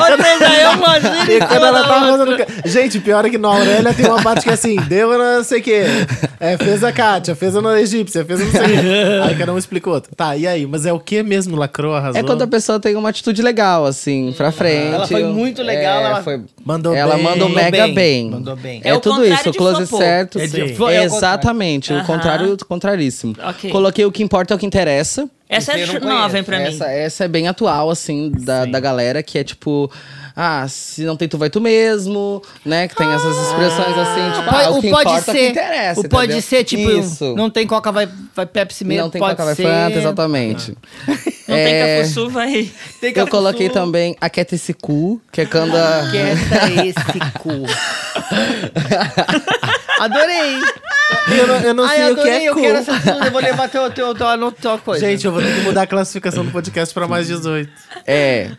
C: Olha,
E: é,
C: eu imagino.
B: [laughs] E quando ela tá fazendo o quê? Gente, pior é que na Aurélia tem uma parte que é assim, deu na não sei o quê. É, fez a Kátia, fez a na egípcia, fez a não sei o quê. Aí cada um explica o outro. Tá, e aí? Mas é o que mesmo
D: lacrou, arrasou.
F: É quando a pessoa tem uma atitude legal, assim, pra frente.
C: Uhum. Ela foi muito legal,
F: É,
C: ela-
F: foi-
B: Mandou
F: ela
B: bem.
F: mandou mega bem.
C: Mandou bem.
E: É
F: É,
E: o
F: tudo
E: contrário
F: isso, o
E: de
F: close
E: flopou.
F: certo.
C: É de-
F: Sim.
C: foi- é o
F: Exatamente,
E: Aham.
F: o contrário, o contraríssimo.
E: Ok.
F: Coloquei o que importa é o que interessa.
E: Essa
C: Isso eu
E: é
C: não
E: nova, hein, pra mim.
F: Essa, essa é bem atual, assim, da, da galera, que é tipo... Ah, se não tem tu, vai tu mesmo, né? Que tem essas expressões assim, tipo, ah, o,
C: o
F: que
C: pode
F: importa é o que
C: ser.
F: interessa,
C: o pode
F: entendeu?
C: ser, tipo,
F: Isso.
C: não tem Coca, vai, vai Pepsi mesmo.
F: Não tem
C: pode
F: Coca, vai
C: ser.
F: Fanta, exatamente.
E: Não
F: É,
E: tem Cafuçu, vai.
C: Tem
F: Eu
C: Cafuçu.
F: coloquei também Aquieta esse cu, que é quando
E: [laughs]
F: a...
C: Quieta esse
F: [laughs]
C: cu. Adorei.
B: Eu não, eu não
C: Ai,
B: sei o que
C: adorei.
B: é
C: eu
B: cu.
C: quero essa tudo. Eu vou levar teu, teu, teu, teu, teu coisa.
D: Gente, eu vou ter que mudar a classificação do podcast pra mais 18.
F: É.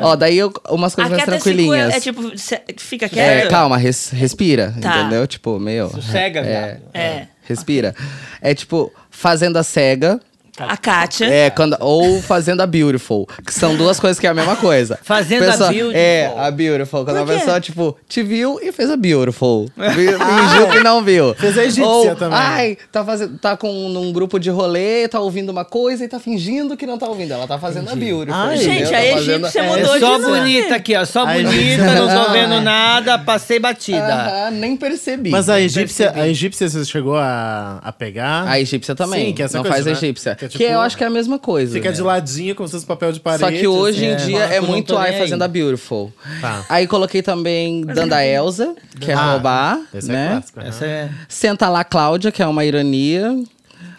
F: Ó, daí eu- umas coisas mais
E: Aquieta esse cu
F: tranquilinhas.
E: é, é tipo, cê- fica
F: É,
E: quieto.
F: calma, res- respira,
E: Tá.
F: entendeu? Tipo, meu,
C: Sossega, viado.
E: É.
F: respira. É tipo, fazendo a cega,
E: A Kátia. [laughs]
F: é, quando, ou fazendo a beautiful, que são duas coisas que é a mesma coisa.
C: Fazendo a
F: Pessoa-
C: beautiful.
F: É, a beautiful, quando a
E: Por quê?
F: pessoa, tipo, te viu e fez
E: [laughs]
F: a beautiful. Viu- Fingiu que não viu.
B: Fez a egípcia
F: ou,
B: também.
F: Ai, tá, fazendo, tá com, num grupo de rolê, tá ouvindo uma coisa e tá fingindo que não tá ouvindo. Ela tá fazendo a beautiful,
B: Ai,
F: entendeu?
E: Gente,
F: Tá
E: a
F: fazendo-
E: egípcia
F: É,
E: mudou
C: só
E: de nome.
C: bonita aqui, ó. Só
B: Ai, gente.
C: bonita, não tô vendo nada, passei batida.
F: Aham, nem percebi.
B: Mas a egípcia, a egípcia você chegou a, a pegar?
F: A egípcia também.
B: Sim, que é essa
F: não
B: coisa,
F: faz a
B: né?
F: egípsia.
B: Que
F: Que,
B: é tipo-
F: eu acho que é a mesma coisa.
B: Fica de ladinho como se fosse papel de parede.
F: Só que hoje em
B: assim.
F: dia
C: Marco,
F: é
C: não
F: muito
C: tô
F: ai
C: nem aí.
F: fazendo a beautiful.
B: Tá.
F: Aí coloquei também Danda Elsa, que é
B: Ah,
F: roubar,
B: Esse é
F: né?
B: clássico. aham.
C: Essa é.
F: Senta lá Cláudia, que é uma ironia.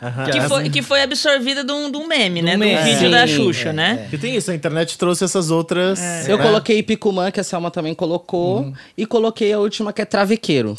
B: Aham.
E: Que foi, que foi absorvida de um, de um meme, né? De um
C: meme.
E: vídeo
F: Sim,
E: da Xuxa, né?
B: Que tem isso, a internet trouxe essas outras.
F: Eu
B: né?
F: coloquei Picumã, que a Selma também colocou. E coloquei a última, que é Travequeiro.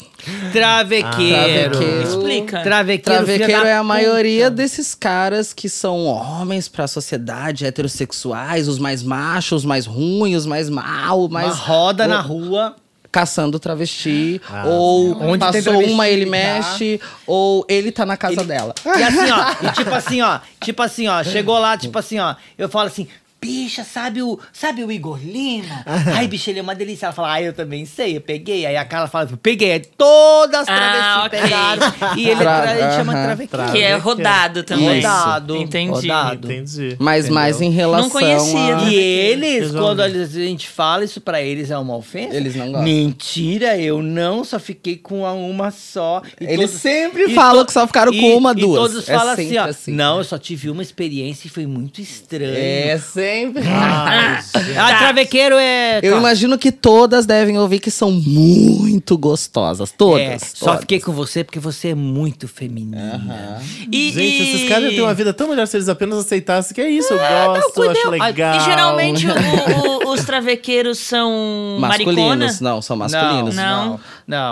C: Travequeiro.
F: Travequeiro.
E: Explica.
C: Travequeiro, filha
F: Travequeiro
C: da
F: é a
C: puta.
F: maioria desses caras que são homens pra sociedade, heterossexuais, os mais machos, os mais ruins, os mais mal, os
C: Uma
F: mais
C: roda na rua.
F: caçando travesti, ou
C: Onde tem
F: passou
C: travesti,
F: uma, ele
C: tá?
F: mexe, ou ele tá na casa
C: Ele-
F: dela.
C: E assim, ó, e tipo assim, ó, tipo assim, ó, chegou lá, tipo assim, ó, eu falo assim, bicha, sabe o, sabe o Igor Lima? Ai, bicha, ele é uma delícia. Ela fala, ah, eu também sei, eu peguei. Aí a Carla fala, eu peguei. Aí todas as travestis
E: Ah, ok.
C: pegaram. E ele, é
F: Tra-
C: tra- ele chama
F: aham,
C: travequeiro.
E: Que é rodado também.
C: Rodado.
E: Entendi.
C: Rodado.
B: Entendi.
F: Mas mais em relação
E: Não conhecia,
F: a...
E: né?
C: E eles,
B: Resolve.
C: quando eles- a gente fala isso pra eles, é uma ofensa?
F: Eles não gostam.
C: Mentira, eu não, só fiquei com a uma só. E
F: Eles
C: todos-
F: sempre
C: e
F: falam
C: to-
F: que só ficaram com
C: e-
F: uma,
C: e
F: duas.
C: todos
F: É
C: falam assim,
F: sempre
C: ó.
F: assim.
C: Não, eu só tive uma experiência e foi muito estranho.
F: É, sempre. assim.
B: Ai, gente.
C: Ah, travequeiro é...
F: Eu
C: tá.
F: imagino que todas devem ouvir que são muito gostosas. Todas.
C: É,
F: todas.
C: só fiquei com você porque você é muito
F: É,
C: feminina.
E: E,
B: Gente,
E: e-
B: esses caras têm uma vida tão melhor se eles apenas aceitassem que é isso, eu gosto, eu
E: cuidado.
B: acho legal.
E: E geralmente o- o- os travequeiros são
F: Masculinos.
E: mariconas.
F: Não, são masculinos.
E: não.
C: Não,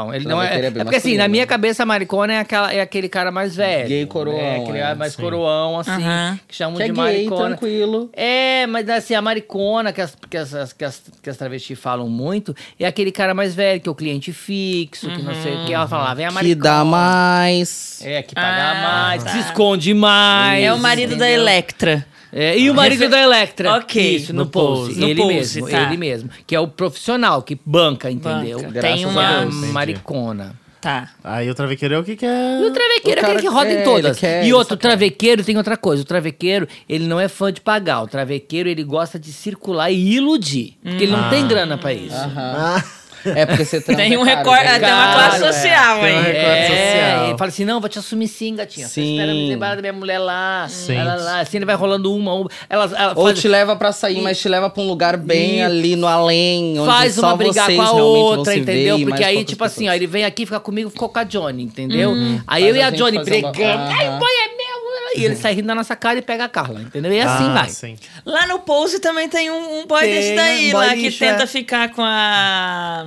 C: não, ele não é.
F: Travequeiro
C: É
F: é bem
C: porque assim,
F: masculino.
C: na minha cabeça, a maricona é, aquela, é aquele cara mais velho.
F: Gay coroão,
C: É, aquele
F: é,
C: mais
F: sim.
C: coroão, assim,
E: Aham.
C: que chamam
F: Que é
C: de
F: gay,
C: maricona.
F: tranquilo.
C: É, mas assim, a maricona que as, que, as, que, as, que as travestis falam muito é aquele cara mais velho, que é o cliente fixo, que não sei o que. Ela fala, "Ah, vem a
F: Que
C: maricona.
F: dá mais.
C: É, que paga
E: Uhum. Ah,
C: mais,
E: tá.
C: que se esconde mais.
E: É o marido da Electra.
C: É, e o marido
E: Refe-
C: da Electra.
E: Ok.
C: Isso,
E: No
C: no, pose.
E: Pose. No
C: ele
E: Pose,
C: mesmo,
E: tá.
C: ele mesmo. Que é o profissional, que banca, entendeu?
E: Banca.
F: Graças
E: Tem
F: a
E: uma.
C: Uma
F: Deus. Entendi.
C: maricona.
E: Tá.
B: Aí o travequeiro é o que quer.
C: E o travequeiro é
F: O cara
C: aquele que roda
F: quer,
C: em todas.
F: ele quer,
C: e
F: ele
C: outro,
F: só
C: o travequeiro tem outra coisa. O travequeiro, ele não é fã de pagar. O travequeiro, ele gosta de circular e iludir. Porque ele não tem grana pra isso.
B: Ah,
F: É porque você transa
E: Tem um
F: caro,
E: recorde.
F: né?
E: Tem uma classe
C: Cara, é.
E: social
B: Tem uma
E: aí.
B: recorde. classe social.
C: É, ele fala assim, não, vou te assumir sim, gatinha. Você
F: Sim.
C: espera me lembrar da minha mulher lá.
B: Sim.
C: Ela lá, assim, ele vai rolando uma, uma. Ela, ela
F: Ou
C: faz-
F: te leva pra sair, mas te leva pra um lugar bem
C: Isso.
F: ali no além, onde
C: faz
F: só
C: uma brigar
F: vocês
C: com a
F: realmente vão
C: outra,
F: se
C: entendeu?
F: ver e
C: Porque
F: mais
C: aí,
F: poucas
C: tipo assim, ó,
F: pessoas.
C: ele vem aqui, fica comigo, ficou com a Johnny, entendeu? Aí
F: Faz
C: eu e
F: a
C: a
F: gente
C: Johnny
F: fazer uma- Ah.
C: brigando, ai,
F: Aham.
C: boy, é meu! E ele sai rindo da nossa cara e pega a Carla, entendeu? E assim
B: ah,
C: vai.
B: Sim.
E: Lá no Pose também tem um, um boy
C: Tem,
E: desse daí,
C: um boy
E: lá que
C: lixo,
E: tenta
C: é. Uhum.
E: ficar com a.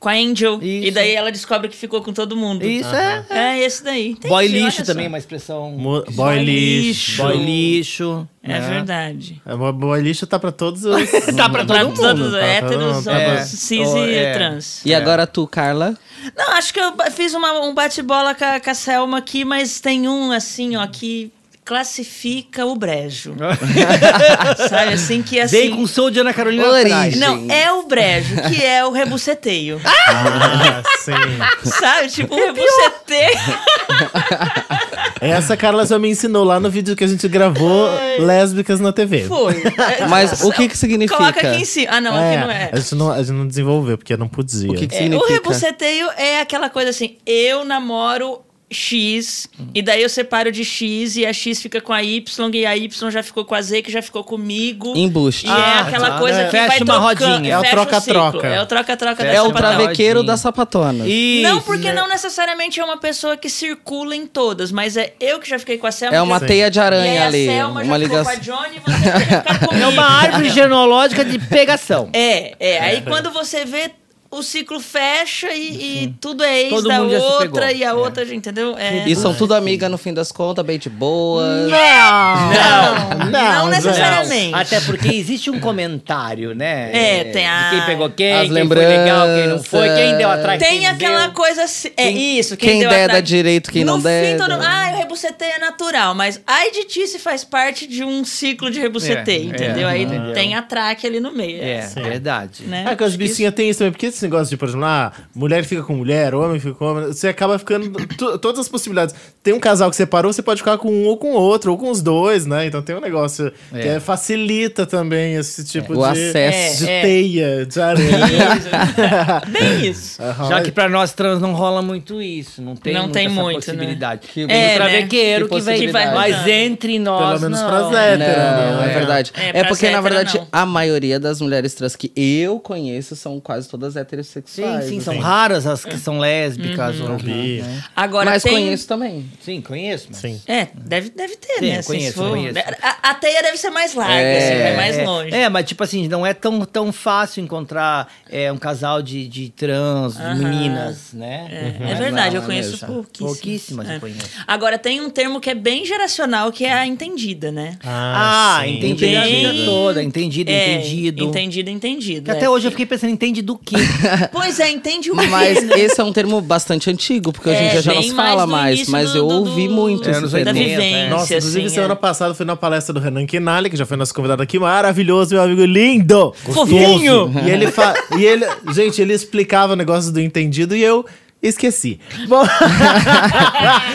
E: Com a Angel. E
C: Isso.
E: daí ela descobre que ficou com todo mundo.
C: Isso é.
E: É esse daí. Entendi,
C: Boy
E: olha
C: lixo
E: só.
C: também, é uma expressão.
B: Mo- Boy lixo.
C: Boy lixo. né?
E: É verdade.
B: É, bo- Boy lixo tá pra todos os.
C: Tá pra
E: Pra
C: todo mundo.
E: todos os
B: tá
E: héteros,
B: todo mundo,
C: tá
E: os cis
C: todo-
E: e
C: é.
E: trans.
F: E agora tu, Carla?
E: Não, acho que eu ba- fiz uma- um bate-bola com, a- com a Selma aqui, mas tem um assim, ó, que classifica
C: [laughs]
E: o brejo. Sabe, assim, que assim...
C: Vem com o som de Ana Carolina
F: Origem.
C: atrás.
E: Não, é o brejo, que é o rebuceteio.
B: Ah, sim.
E: Sabe? Tipo, o rebuceteio.
B: Essa a Carla já me ensinou lá no vídeo que a gente gravou Lésbicas na TV.
E: Foi. É,
F: Mas o que que significa?
E: Coloca aqui em cima. Ah, não,
B: É,
E: aqui não é.
B: A gente não, a gente não desenvolveu, porque não podia.
F: O que que
E: É,
F: significa?
E: O rebuceteio é aquela coisa assim, eu namoro X, e daí eu separo de X, e a X fica com a Y, e a Y já ficou com a Z, que já ficou comigo.
F: Embuste.
E: E é
C: Ah,
E: aquela
C: tá.
E: coisa
C: É,
E: que
C: fecha
E: vai
C: uma
E: trocando,
C: rodinha.
B: É o
E: fecha
B: troca-troca.
E: ciclo, É o troca-troca. da
C: Fecha
F: É o
C: uma
E: sapatão.
C: trave-
F: travequeiro
C: rodinha.
F: da sapatona.
C: Isso,
E: Não, porque
C: né?
E: não necessariamente é uma pessoa que circula em todas, mas é eu que já fiquei com a Selma.
F: É
E: que
F: uma
E: já-
F: teia de
E: e aí
F: aranha ali.
E: A Selma já
F: Uma
E: ficou
F: ligação.
E: com a Johnny, e você já fica comigo.
C: É uma [laughs] árvore genealógica de pegação.
E: É, é. Aí quando você vê, o ciclo fecha e, e tudo é ex
C: Todo
E: da
C: mundo já se
E: outra
C: pegou.
E: e a
C: É.
E: outra, gente, entendeu? É.
F: E são tudo amiga no fim das contas, bem de
E: Hum.
F: boa.
E: Não, não,
B: não.
E: necessariamente.
C: Até porque existe um comentário, né?
E: É, tem a-
C: De quem pegou quem,
F: As
C: quem foi legal, quem não foi, quem deu atrás,
E: Tem
C: quem não
E: aquela
C: deu.
E: coisa. se- É isso, quem,
F: quem
E: deu
F: der,
E: atrás-
F: dá direito, quem
E: no
F: não der,
E: fim, todo
F: dá-
E: mundo. Ah, o rebuceteio é natural, mas ai de ti se faz parte de um ciclo de rebuceteio,
C: É, é,
E: entendeu? Aí
C: entendeu.
E: tem a traque ali no meio.
C: É,
E: essa,
C: verdade.
E: né?
B: Ah, que as bichinhas tem isso também, porque esse negócio de, por exemplo, ah, mulher fica com mulher, homem fica com homem, você acaba ficando. [coughs] to- todas as possibilidades. Tem um casal que separou, você pode ficar com um ou com outro, ou com os dois, né? Então tem um negócio que é- facilita também esse tipo
F: É. O
B: de.
F: acesso.
B: De
E: É, é.
B: teia,
C: [laughs]
B: de aranha. [laughs]
E: Bem isso.
B: Aham.
C: Já que pra nós trans não rola muito isso, não tem
E: Não
C: muita
E: tem
C: essa
E: muito, né?
C: possibilidade.
F: Que
C: tem
E: É,
C: o travequeiro
F: né?
C: que,
F: Que
C: vem,
E: possibilidade.
C: mas entre
B: Pelo
C: nós
B: menos
C: não.
B: pras héteras,
F: Não,
B: né?
F: é verdade.
E: É,
F: É,
E: pra
F: porque,
E: ser
F: na verdade,
E: hétero,
F: a maioria das mulheres trans que eu conheço são quase todas
C: Sim,
F: heterossexuais.
C: sim,
F: assim.
C: são raras as que são lésbicas
E: Uhum.
C: ou
B: bi.
C: né?
E: Agora
F: Mas
E: tem...
F: conheço também.
C: Sim, conheço. Mas...
B: Sim.
E: É, deve, deve ter,
C: Tem,
E: né? assim,
C: conheço,
E: se for-
C: conheço.
E: A, a teia deve ser mais larga,
F: É.
E: assim, vai mais
C: É,
E: longe.
C: É, mas tipo assim, não é tão, tão fácil encontrar é, um casal de, de trans,
E: Aham.
C: meninas, né?
E: É,
C: Mas
E: é verdade,
C: não, não
E: eu
C: é
E: conheço
C: mesmo.
E: pouquíssimas.
C: Pouquíssimas eu
E: É.
C: conheço.
E: Agora, tem um termo que é bem geracional, que é a entendida, né?
C: Ah, entendi a
E: Bem-
C: vida toda, entendido,
E: É,
C: entendido.
E: Entendido, entendido.
C: Que até
E: é.
C: hoje eu fiquei pensando, entende do quê?
E: Pois é, entende o quê? [laughs]
F: Mas
E: né?
F: esse é um termo bastante antigo, porque hoje
E: É,
F: em dia já não
E: bem
F: se
E: mais
F: fala
E: do
F: mais.
E: início
F: Mas
E: do-
F: eu
E: do-
F: ouvi
E: do-
F: muito
E: É,
F: esse
C: anos 80,
E: da
F: termo.
C: é.
E: vivência,
B: Nossa, inclusive
E: assim, é.
B: semana passada eu fui na palestra do Renan Quinali, que já foi nosso convidado aqui, maravilhoso, meu amigo lindo!
E: Fofinho!
B: E ele fa... e ele, gente, ele explicava o negócio do entendido e eu esqueci. Bom,
F: [laughs]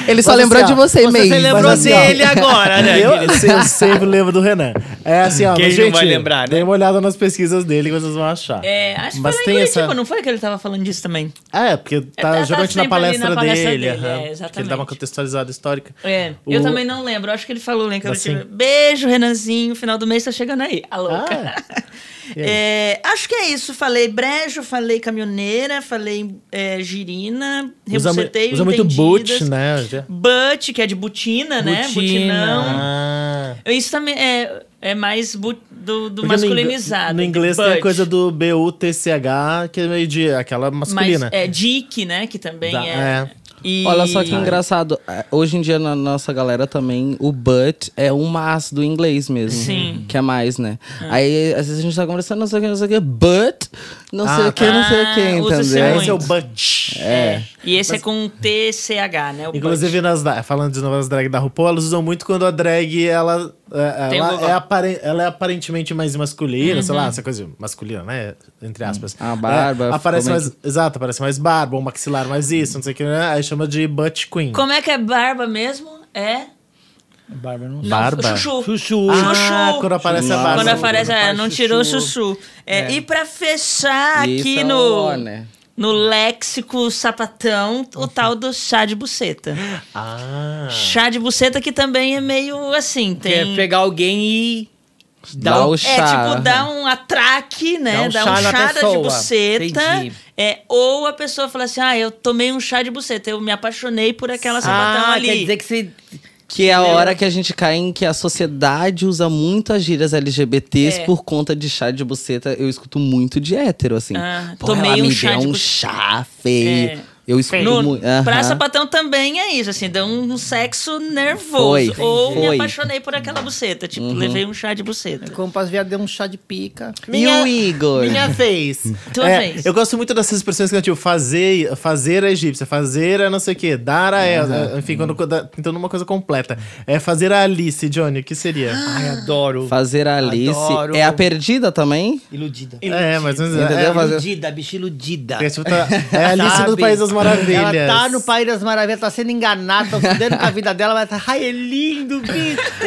F: Ele só
B: Mas
F: lembrou
B: assim,
F: de
B: ó,
F: você
B: você
F: mesmo.
B: lembrou
F: Mas,
B: assim,
F: ó,
B: ó,
C: agora, né,
B: eu, eu sempre lembro do Renan. É assim, ó,
C: Quem
B: mas,
C: não
B: gente,
C: vai lembrar, né?
B: dê uma olhada nas pesquisas dele que vocês vão achar.
E: É, acho que
B: Mas
E: foi lá em
B: tem
E: Curitiba,
B: essa-
E: não foi que ele tava falando disso também?
B: É, porque tá
E: tá
B: geralmente
E: sempre
B: na
E: ali
B: palestra,
E: na palestra
B: dele,
E: dele,
B: aham,
E: é,
B: que ele dá uma
E: exatamente.
B: contextualizada histórica.
E: É,
B: O-
E: eu também não lembro. Acho que ele falou lá em Curitiba.
B: Assim.
E: Beijo, Renanzinho. Final do mês tá chegando aí. A louca.
B: Ah,
E: [laughs]
B: E
E: É, acho que é isso. Falei brejo, falei caminhoneira, falei é, girina,
B: Usa, mu-
E: rebuceteio,
B: usa muito boot,
E: entendidas.
B: né?
E: But, que é de butina, né?
C: Butina.
E: Butinão.
B: Ah.
E: Isso também é, é mais bu- do,
B: Porque
E: do
B: no ing-
E: masculinizado.
B: No
E: né?
B: inglês
E: but.
B: tem a coisa do BUTCH, que é meio de aquela
E: Mas
B: masculina.
E: é Dick, né? Que também
B: Da-
E: é.
B: é.
E: E-
F: Olha só que engraçado. eh, Hoje em dia, na nossa galera também, o but é um mas do inglês mesmo.
E: Sim.
F: Que é mais, né? Aí, às vezes a gente tá conversando, não sei o que, não sei o que, but, não sei o que, não sei o que,
E: Ah, usa esse
F: entendeu?
E: muito.
B: Esse é o but.
E: É. E esse é com TCH, né? O
B: Inclusive, nas, da- falando de novas drag da RuPaul, elas usam muito quando a drag ela, é-
E: Tem um Uhum.
B: ela,
E: vogal.
B: é, aparen- ela é aparentemente mais masculina, sei lá, essa coisa masculina, né? Entre
E: Uhum.
B: aspas.
F: A barba
B: É,
F: ficou
B: aparece
F: meio
B: mais, Exato, aparece mais barba, um maxilar mais isso, não sei o que, né? Aí chama de butt queen.
E: but. Como é que é barba mesmo? É.
C: Bárbara não
B: Barba?
E: Chuchu.
C: Chuchu.
B: Ah,
E: Chuchu.
B: quando aparece a
F: Chuchu.
B: barba.
E: Quando aparece, é,
C: faz
E: não
C: chuchu.
E: tirou o chuchu. É, E pra fechar
F: Isso
E: aqui
F: é
E: no,
F: o, né?
E: no léxico sapatão, o tal do chá de buceta.
B: Ah.
E: Chá de buceta que também é meio assim, tem...
C: Quer pegar alguém e
F: Dá o
E: É,
F: chá.
E: tipo, dá um atraque, né? Dá um chá,
C: na
E: de
C: pessoa.
E: buceta.
C: Entendi.
E: É, ou a pessoa fala assim, ah, eu tomei um chá de buceta, eu me apaixonei por aquela sapatão
C: ah,
E: ali.
C: quer dizer que você...
F: Que é a hora que a gente cai em que a sociedade usa muito as gírias LGBTs
E: É.
F: por conta de chá de buceta. Eu escuto muito de hétero, assim.
E: Ah,
F: Pô,
E: tomei
F: ela
E: um
F: me
E: chá de
F: deu um
E: buceta.
F: chá feio.
E: É.
F: Eu escuto
E: No,
F: muito.
E: Pra
F: aham.
E: sapatão também é isso, assim, deu um sexo nervoso.
F: Foi,
E: ou me
F: foi. Uhum.
E: apaixonei por aquela buceta. Tipo, levei um chá de buceta.
C: Como para viado deu um chá de pica.
F: e o Igor?
B: Minha vez.
E: Tua
B: É,
E: vez.
B: Eu gosto muito dessas expressões que eu tipo, fazer, fazer a egípcia, fazer a não sei o quê, dar a ela. Enfim, quando, quando- tentando uma coisa completa. É fazer a Alice, Johnny, o que seria?
C: Ai, adoro.
F: Fazer a Alice.
C: Adoro.
F: É a perdida também?
C: Iludida.
B: É, mas.
F: Entendeu?
B: É,
F: Fazer-
C: Iludida, bicho iludida. [laughs]
B: é, tipo, tá- é a Alice do
C: Sabe?
B: País das Maravilhas.
C: Ela tá no País das Maravilhas, tá sendo enganada, tá fudendo com a vida dela, mas tá, ai, é lindo, bicho.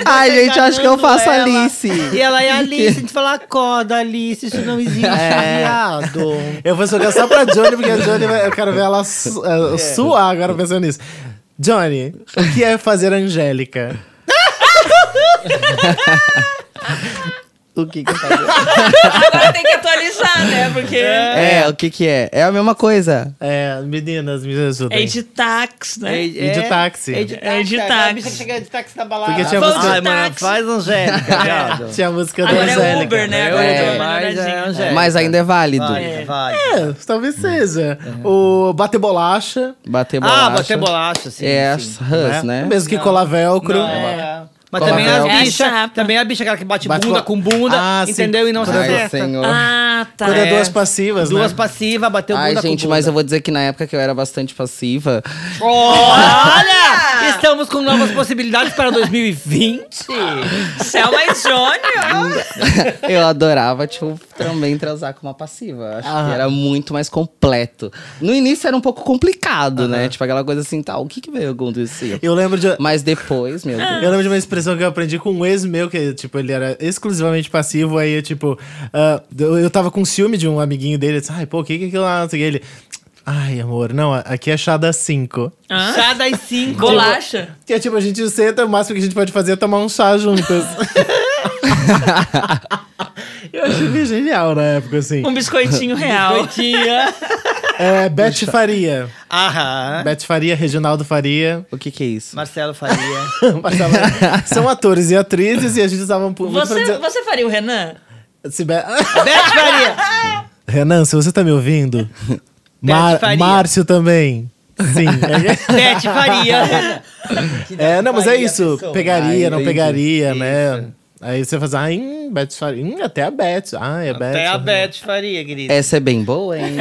F: Ai,
C: tá
F: gente, acho que eu
C: enganando
F: faço
C: ela.
F: Alice.
C: E ela é Alice, a gente fala, acorda, Alice, isso não existe, viado.
B: É. Eu vou jogar só pra Johnny, porque a Johnny vai- eu quero ver ela su- eh, suar agora pensando nisso. Johnny, o que é fazer Angélica?
F: O que que eu faço?
E: Agora tem que atualizar, né? Porque é,
F: [laughs] É, o que que é? É a mesma coisa.
B: É, meninas, me ajudem.
E: é de táxi, né?
B: E de táxi.
C: É de táxi.
E: É de
C: aquela bicha
E: táxi.
C: que chega de táxi na balada.
B: Porque tinha
E: Vou
B: música-
E: de
C: Ai, mano,
E: táxi.
C: faz Angélica, viado.
B: Tinha a música da
E: Agora é
B: Angélica.
E: Uber, né? Agora
C: É,
E: é,
C: mas é
E: melhoradinho.
C: Angélica.
F: Mas ainda é válido.
C: Vai, vai.
B: É, talvez seja. O Bater Bolacha,
F: Bater bolacha.
C: Ah, bater bolacha, sim.
F: É as
C: sim.
F: rãs, né?
B: mesmo que colar velcro.
C: Não, é. Mas
F: Cola
C: também a,
F: velcro.
E: É a
C: bicha,
E: chapa.
C: também a bicha, aquela que bate,
B: Bate
C: bunda
B: bo-
C: com bunda,
B: Ah, sim.
C: entendeu? E não se
F: Ai,
C: acerta.
F: senhor.
E: Ah, tá.
B: Quando é,
E: É.
B: duas passivas,
C: Duas
B: né?
C: passivas, bateu
F: Ai,
C: bunda
F: gente,
C: com
F: mas
C: bunda.
F: eu vou dizer que na época que eu era bastante passiva, [laughs]
C: [laughs] Olha! Estamos com novas possibilidades para 2020.
E: É. Selma e [laughs] Jônio.
F: eu adorava, tipo, também transar com uma passiva. Acho
C: Ah.
F: que era muito mais completo. No início era um pouco complicado, né? Tipo, aquela coisa assim, tal, o que que veio acontecer?
B: Eu lembro de...
F: Mas depois, meu
C: É.
F: Deus.
B: Eu lembro de uma expressão que eu aprendi com um ex meu, que, tipo, ele era exclusivamente passivo, aí eu, tipo, ah, eu eu tava com ciúme de um amiguinho dele, eu disse, ai, pô, o que que é aquilo lá, não sei o que, ele... Ai, amor, não, aqui é chá das 5.
E: Hã?
C: Chá das cinco.
E: Bolacha.
B: Que é tipo, a gente senta, o máximo que a gente pode fazer é tomar um chá juntas. eu achei meio genial na época, assim.
E: Um biscoitinho real. [laughs]
C: Coitinha.
B: É, Beth Faria.
C: Aham.
B: Beth Faria, Reginaldo Faria. [laughs]
F: O que que é isso?
C: Marcelo Faria.
B: Passava- São atores e atrizes e a gente usava muito pra
E: Você,
B: dizer...
E: você faria o Renan?
B: Se Be- [laughs]
C: Beth Faria.
B: Renan, se você tá me ouvindo... Mar-
C: Faria.
B: Márcio também. Sim.
C: Beth Faria.
B: [laughs] É, não, mas é
C: Faria,
B: isso.
C: pessoa.
B: Pegaria,
F: Ah,
B: não
F: entendi.
B: pegaria, né? Aí você faz, ah, hum, Beth Faria. Hum, até a Beth. Ah, é Beth.
C: Até Tá a Beth Faria, querida.
F: Essa é bem boa, hein?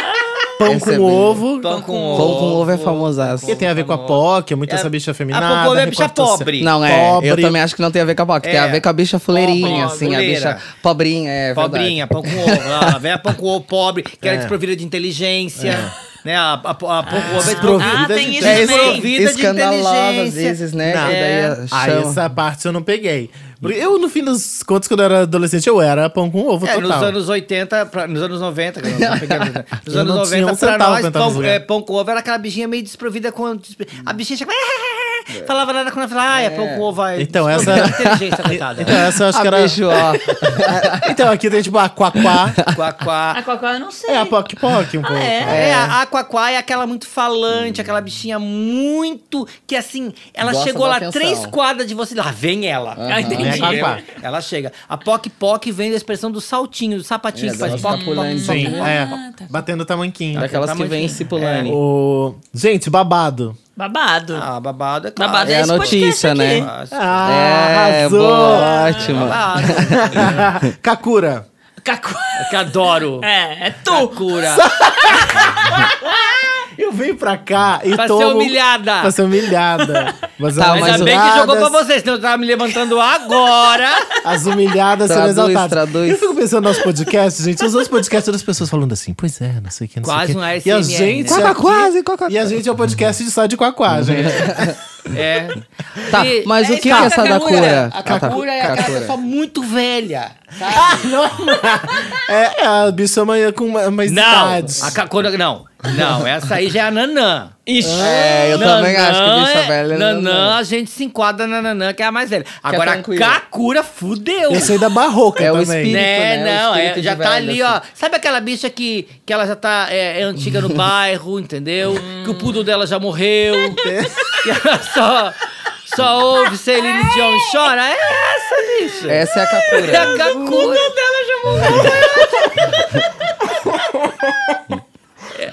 C: [laughs]
B: Pão
F: Essa
B: com
F: é bem-
B: ovo.
C: Pão com ovo.
F: Pão com ovo é famosaço.
B: Que tem a ver com a POC, é muito essa bicha feminina. assim.
C: A Popô é bicha pobre.
F: Não, é. Eu
B: Pobre.
F: também acho que não tem a ver com a POC. Tem
C: É.
F: a ver com a bicha fuleirinha,
C: Pobre,
F: assim. A
C: fuleira.
F: bicha pobrinha, é
C: Pobrinha, pão com ovo. Ela vem a pão com ovo pobre, que
B: É.
C: era desprovida de inteligência. Né? A, a, a pão com ovo é desprovida
E: Ah, tem
C: de
E: isso também.
F: verdade.
C: vida de
F: Escandalosa, às
C: inteligência.
F: vezes, né?
B: Não.
F: E daí
B: Ah,
F: chama.
B: essa parte eu não peguei. Porque eu, no fim dos contos, quando eu era adolescente, eu era pão com ovo
C: É, nos
B: total.
C: anos 80, pra- nos anos 90, que eu não tô pegando,
B: [laughs]
C: né? nos
B: Eu
C: anos
B: não tinha
C: 90,
B: um
C: pra
B: centavo pra
C: nós,
B: entrar nos
C: pão,
B: lugares.
C: é, pão com ovo era aquela bichinha meio desprovida com. despre- A bichinha chegava. ah, Falava nada quando ela falava, ah, é pão com ovo. é
B: Então, essa-
C: desprovida de inteligência,
B: [laughs]
C: coitada.
B: Então, essa eu acho
F: A
B: que era.
F: bicho, ó.
B: então, aqui tem tipo a Quaquá.
C: Quá, quá.
E: A Cocó Ah, eu não sei.
B: É a POC POC um pouco.
E: é?
C: É, a Aquaquá é aquela muito falante, aquela bichinha muito. Que assim, ela
F: Gosta
C: chegou
F: da
C: lá
F: atenção.
C: três quadras de você, lá vem ela.
E: Ah, entendi.
B: É a Quá Quá.
C: Ela chega. A Poc Poc vem da expressão do saltinho, do sapatinho
F: É,
C: que faz
F: das
C: poc, poc,
F: capulantes.
C: poc.
B: Sim,
E: Ah,
B: é.
E: tá.
B: Batendo tamanquinho.
F: Daquelas
C: tá
F: que
C: muito-
F: vêm cipulando.
B: O... Gente, babado.
E: Babado.
C: Ah, babado é claro.
E: babado é,
F: É a
E: esse podcast
F: notícia,
E: aqui.
F: né?
C: Nossa,
B: Ah,
F: é,
B: arrasou.
F: boa, ótima.
C: babado.
B: [laughs] Kakura.
E: Cacó.
F: Ah.
C: Que [laughs] adoro.
F: [laughs]
E: É, é tu.
C: Loucura.
B: Eu vim pra cá e
C: Pra
B: tomo...
C: ser humilhada.
B: Pra ser
C: [laughs]
B: humilhada. Mas,
F: Tá,
B: as
F: mas
C: Ainda bem que
B: humilhadas-
C: jogou pra vocês, senão eu tava me levantando
F: [laughs]
C: agora.
B: As humilhadas sendo
F: Traduz,
B: exaltadas.
F: traduz.
B: Eu fico pensando nos podcasts, gente. Os outros podcasts, todas as pessoas falando assim, pois é, não sei o que, não
C: Quase
B: sei o
C: um
B: que. e a
C: ASMR,
B: gente...
C: né?
B: aqui-
F: Tá, quase, coca
B: E a gente é o podcast de só de quaquá,
F: Uhum.
B: gente.
C: É.
F: Tá,
C: E-
F: mas o
E: é
F: que que
E: isso
F: é
E: que
F: essa
E: é
F: da
E: Kakura.
F: cura?
C: A
F: Ah, tá.
C: Kakura é aquela
F: Kakura.
C: pessoa muito velha.
B: [laughs] É, é a bicha amanhã com uma, uma
C: Não,
B: idade.
C: a Kakura, não. Não, essa aí já é a Nanã.
E: Ixi.
F: É, eu também acho que bicha velha. é
C: Nanã,
F: nanã.
C: a gente se enquadra na Nanã, que é a mais velha. Agora, a
F: tranquila.
C: Kakura fudeu.
B: Eu sei da barroca
F: É o
B: também.
F: espírito.
C: Né,
F: né? O
C: não,
F: espírito
C: é, já
F: de assim.
C: tá
F: velho,
C: ali, ó. Sabe aquela bicha que, que ela já tá é, é antiga
F: [laughs]
C: no bairro, entendeu? Que o pudo dela já morreu. e ela só, só ouve Celine Dion e chora. É essa, bicha.
F: Essa é a
C: É [laughs]
F: Kakura.
C: a Kakura.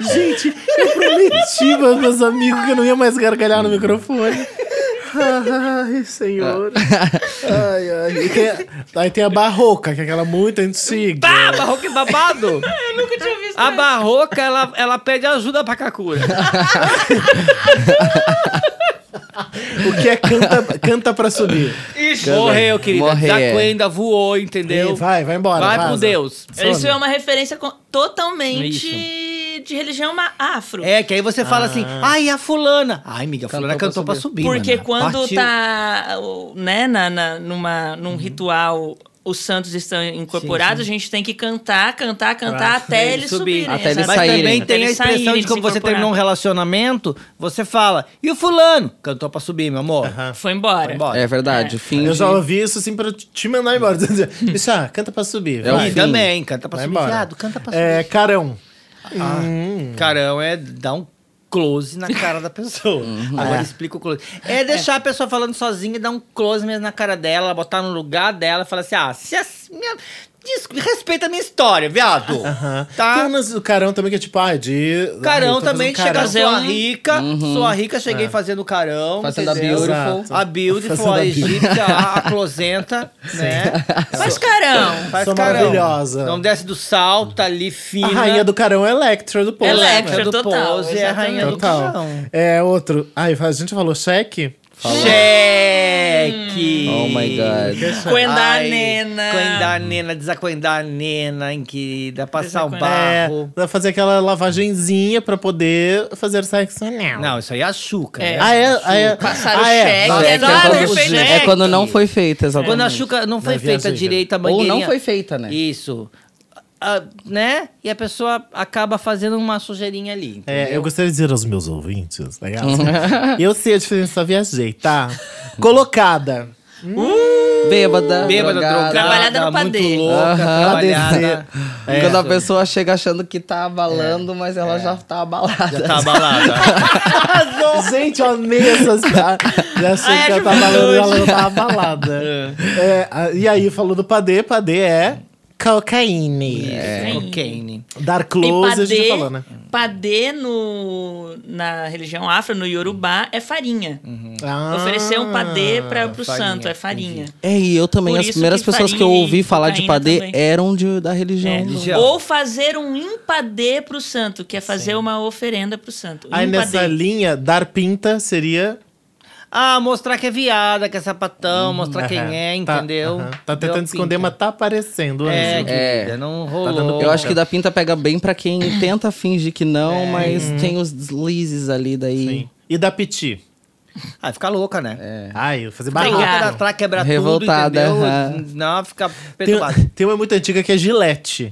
B: Gente, eu prometi para meus amigos que eu não ia mais gargalhar no microfone. Ai, senhor. Ai, ai. E tem a- aí tem a barroca, que é aquela muito antiga.
C: Pá, barroca e Ah, babado.
E: Eu nunca tinha visto
C: A barroca, ela, ela pede ajuda pra [laughs] Kakura.
B: O que é canta, canta pra subir.
E: isso.
C: Morreu, querida.
F: Morrer, é.
C: Zaquenda voou, entendeu?
B: Vai, vai embora.
C: Vai
B: vaza.
C: com Deus.
E: Isso é uma referência co- totalmente de, de religião ma- afro.
C: É, que aí você fala assim, ai, a fulana. Ai, amiga, a fulana
F: Cantou
C: cantou
F: pra
C: pra subir.
E: Porque
C: mano.
E: quando
C: Partiu.
E: tá, o- né, na, na- numa, num ritual, os santos estão incorporados, a gente tem que cantar, cantar, cantar até eles subirem.
F: Até eles
E: exato.
C: né? Mas
F: saírem.
C: também tem a
E: Eles
C: expressão
E: saírem,
C: de como
E: eles se
C: você terminou um
E: incorporaram.
C: relacionamento, você fala, e o fulano? Cantou pra subir, meu amor.
E: Foi embora.
C: Foi embora.
F: É verdade, fim
B: Eu
F: de-
B: já ouvi isso assim pra te mandar embora. [laughs] Bicho, ah, canta pra subir.
F: É o
B: vai.
C: E também, canta pra
B: Vai
C: subir.
B: embora.
C: Viado, canta pra subir.
B: É, carão.
C: Carão é dar um close na cara da pessoa.
B: Uhum.
C: Agora explica o close. É deixar a pessoa falando sozinha e dar um close mesmo na cara dela, botar no lugar dela e falar assim: ah, se as- minha- dis- respeita a minha história, viado.
B: Tem
C: Tá?
B: umas- o carão também que é tipo, ah, de.
C: Carão
B: ah, eu tô
C: também,
B: fazendo
C: chega
B: carão. É.
E: Fazer
C: sua
E: um-
C: rica, sua rica, cheguei fazendo carão.
F: Fazendo a
C: entendeu?
F: beautiful.
B: Exato.
C: A beautiful,
B: Fazendo a
C: a egípcia, a, a
B: [laughs]
C: closenta, né?
E: Mas carão,
C: Faz
B: Sou
C: carão.
B: maravilhosa.
C: Não desce do salto, tá ali fina.
B: A rainha do carão é Electra do povo.
E: Electra.
C: Rainha do
E: total,
C: pose é a rainha do
B: Total.
C: carão.
B: É outro. Ai, a gente falou cheque?
C: Cheque!
F: Oh my god.
E: Coendá
C: Ai,
E: Nena.
C: Coendá nena, desacoendá nena, hein, querida. Passar o
E: Desacoendar.
B: É,
C: barro.
B: pra fazer aquela lavagenzinha pra poder fazer sexo anal.
C: Não, isso aí é açúcar.
E: É.
C: né?
B: Ah, é? Ah, é.
E: Passar o
B: Ah, é.
E: cheque.
B: Nossa,
E: É,
B: é que eu
E: dólar,
B: tô-
E: fez
B: gente,
E: cheque.
F: É quando não foi feita, exatamente.
C: Quando a açúcar não foi
B: Na
C: feita
B: viagem,
C: direita, a
F: Ou não
C: mangueirinha-
F: foi feita, né?
C: Isso. Ah, né? E a pessoa acaba fazendo uma sujeirinha ali.
B: É, eu gostaria de dizer aos meus ouvintes, legal? eu sei a diferença, só viajei, tá? Colocada.
F: Bêbada.
C: Bêbada, drogada,
E: Trabalhada no
C: muito
E: padeiro.
C: louca,
F: Aham,
C: trabalhada.
F: É, Quando a pessoa chega achando que tá abalando, mas ela já tá abalada.
C: Tá [laughs] abalada.
B: Gente, eu amei essas. Já achei
E: Ai,
B: que ela
E: acho
B: tá balando,
E: muito.
B: ela tá abalada. É, a- e aí, falou do padê, padê é cocaíne.
C: É. Cocaine.
B: Dar
E: E
B: close, a gente
E: padê,
B: falou, né?
E: padê no, na religião afro, no Yorubá, é farinha.
B: Ah,
E: Oferecer um padê para pro
C: farinha,
E: santo, é farinha.
F: [laughs] É, e eu também,
E: Por
F: as
E: isso
F: primeiras
E: que
F: pessoas que eu
E: farinha e
F: ouvi falar de
E: cocaína
F: padê
E: também.
F: eram de, da religião.
E: É.
C: Religião.
E: Ou fazer um impadê pro santo, que é fazer uma oferenda pro santo. Um
B: Aí nessa
E: impadê.
B: linha, dar pinta seria.
C: Ah, mostrar que é viada, que é sapatão, mostrar
B: Aham,
C: quem é,
B: Uhum. tá,
C: entendeu?
B: aham. Tá
C: Deu
B: tentando
C: a
B: esconder,
C: pinta.
B: mas tá aparecendo, anjo.
C: É, querida,
F: É.
C: não
B: Tá
C: rolou.
F: Eu acho que da pinta pega bem pra [coughs] quem tenta fingir que não, mas tem os deslizes ali daí.
B: Sim. E da piti?
C: Ah, fica louca, né?
B: Ai, eu vou fazer
C: Fica
B: barulho.
E: Obrigada.
C: louca, dá atrás, quebra
F: É. Revoltada,
C: tudo,
F: aham. um-
C: entendeu? Não, fica
B: Tem,
C: perturbada.
B: tem uma muito antiga que é gilete.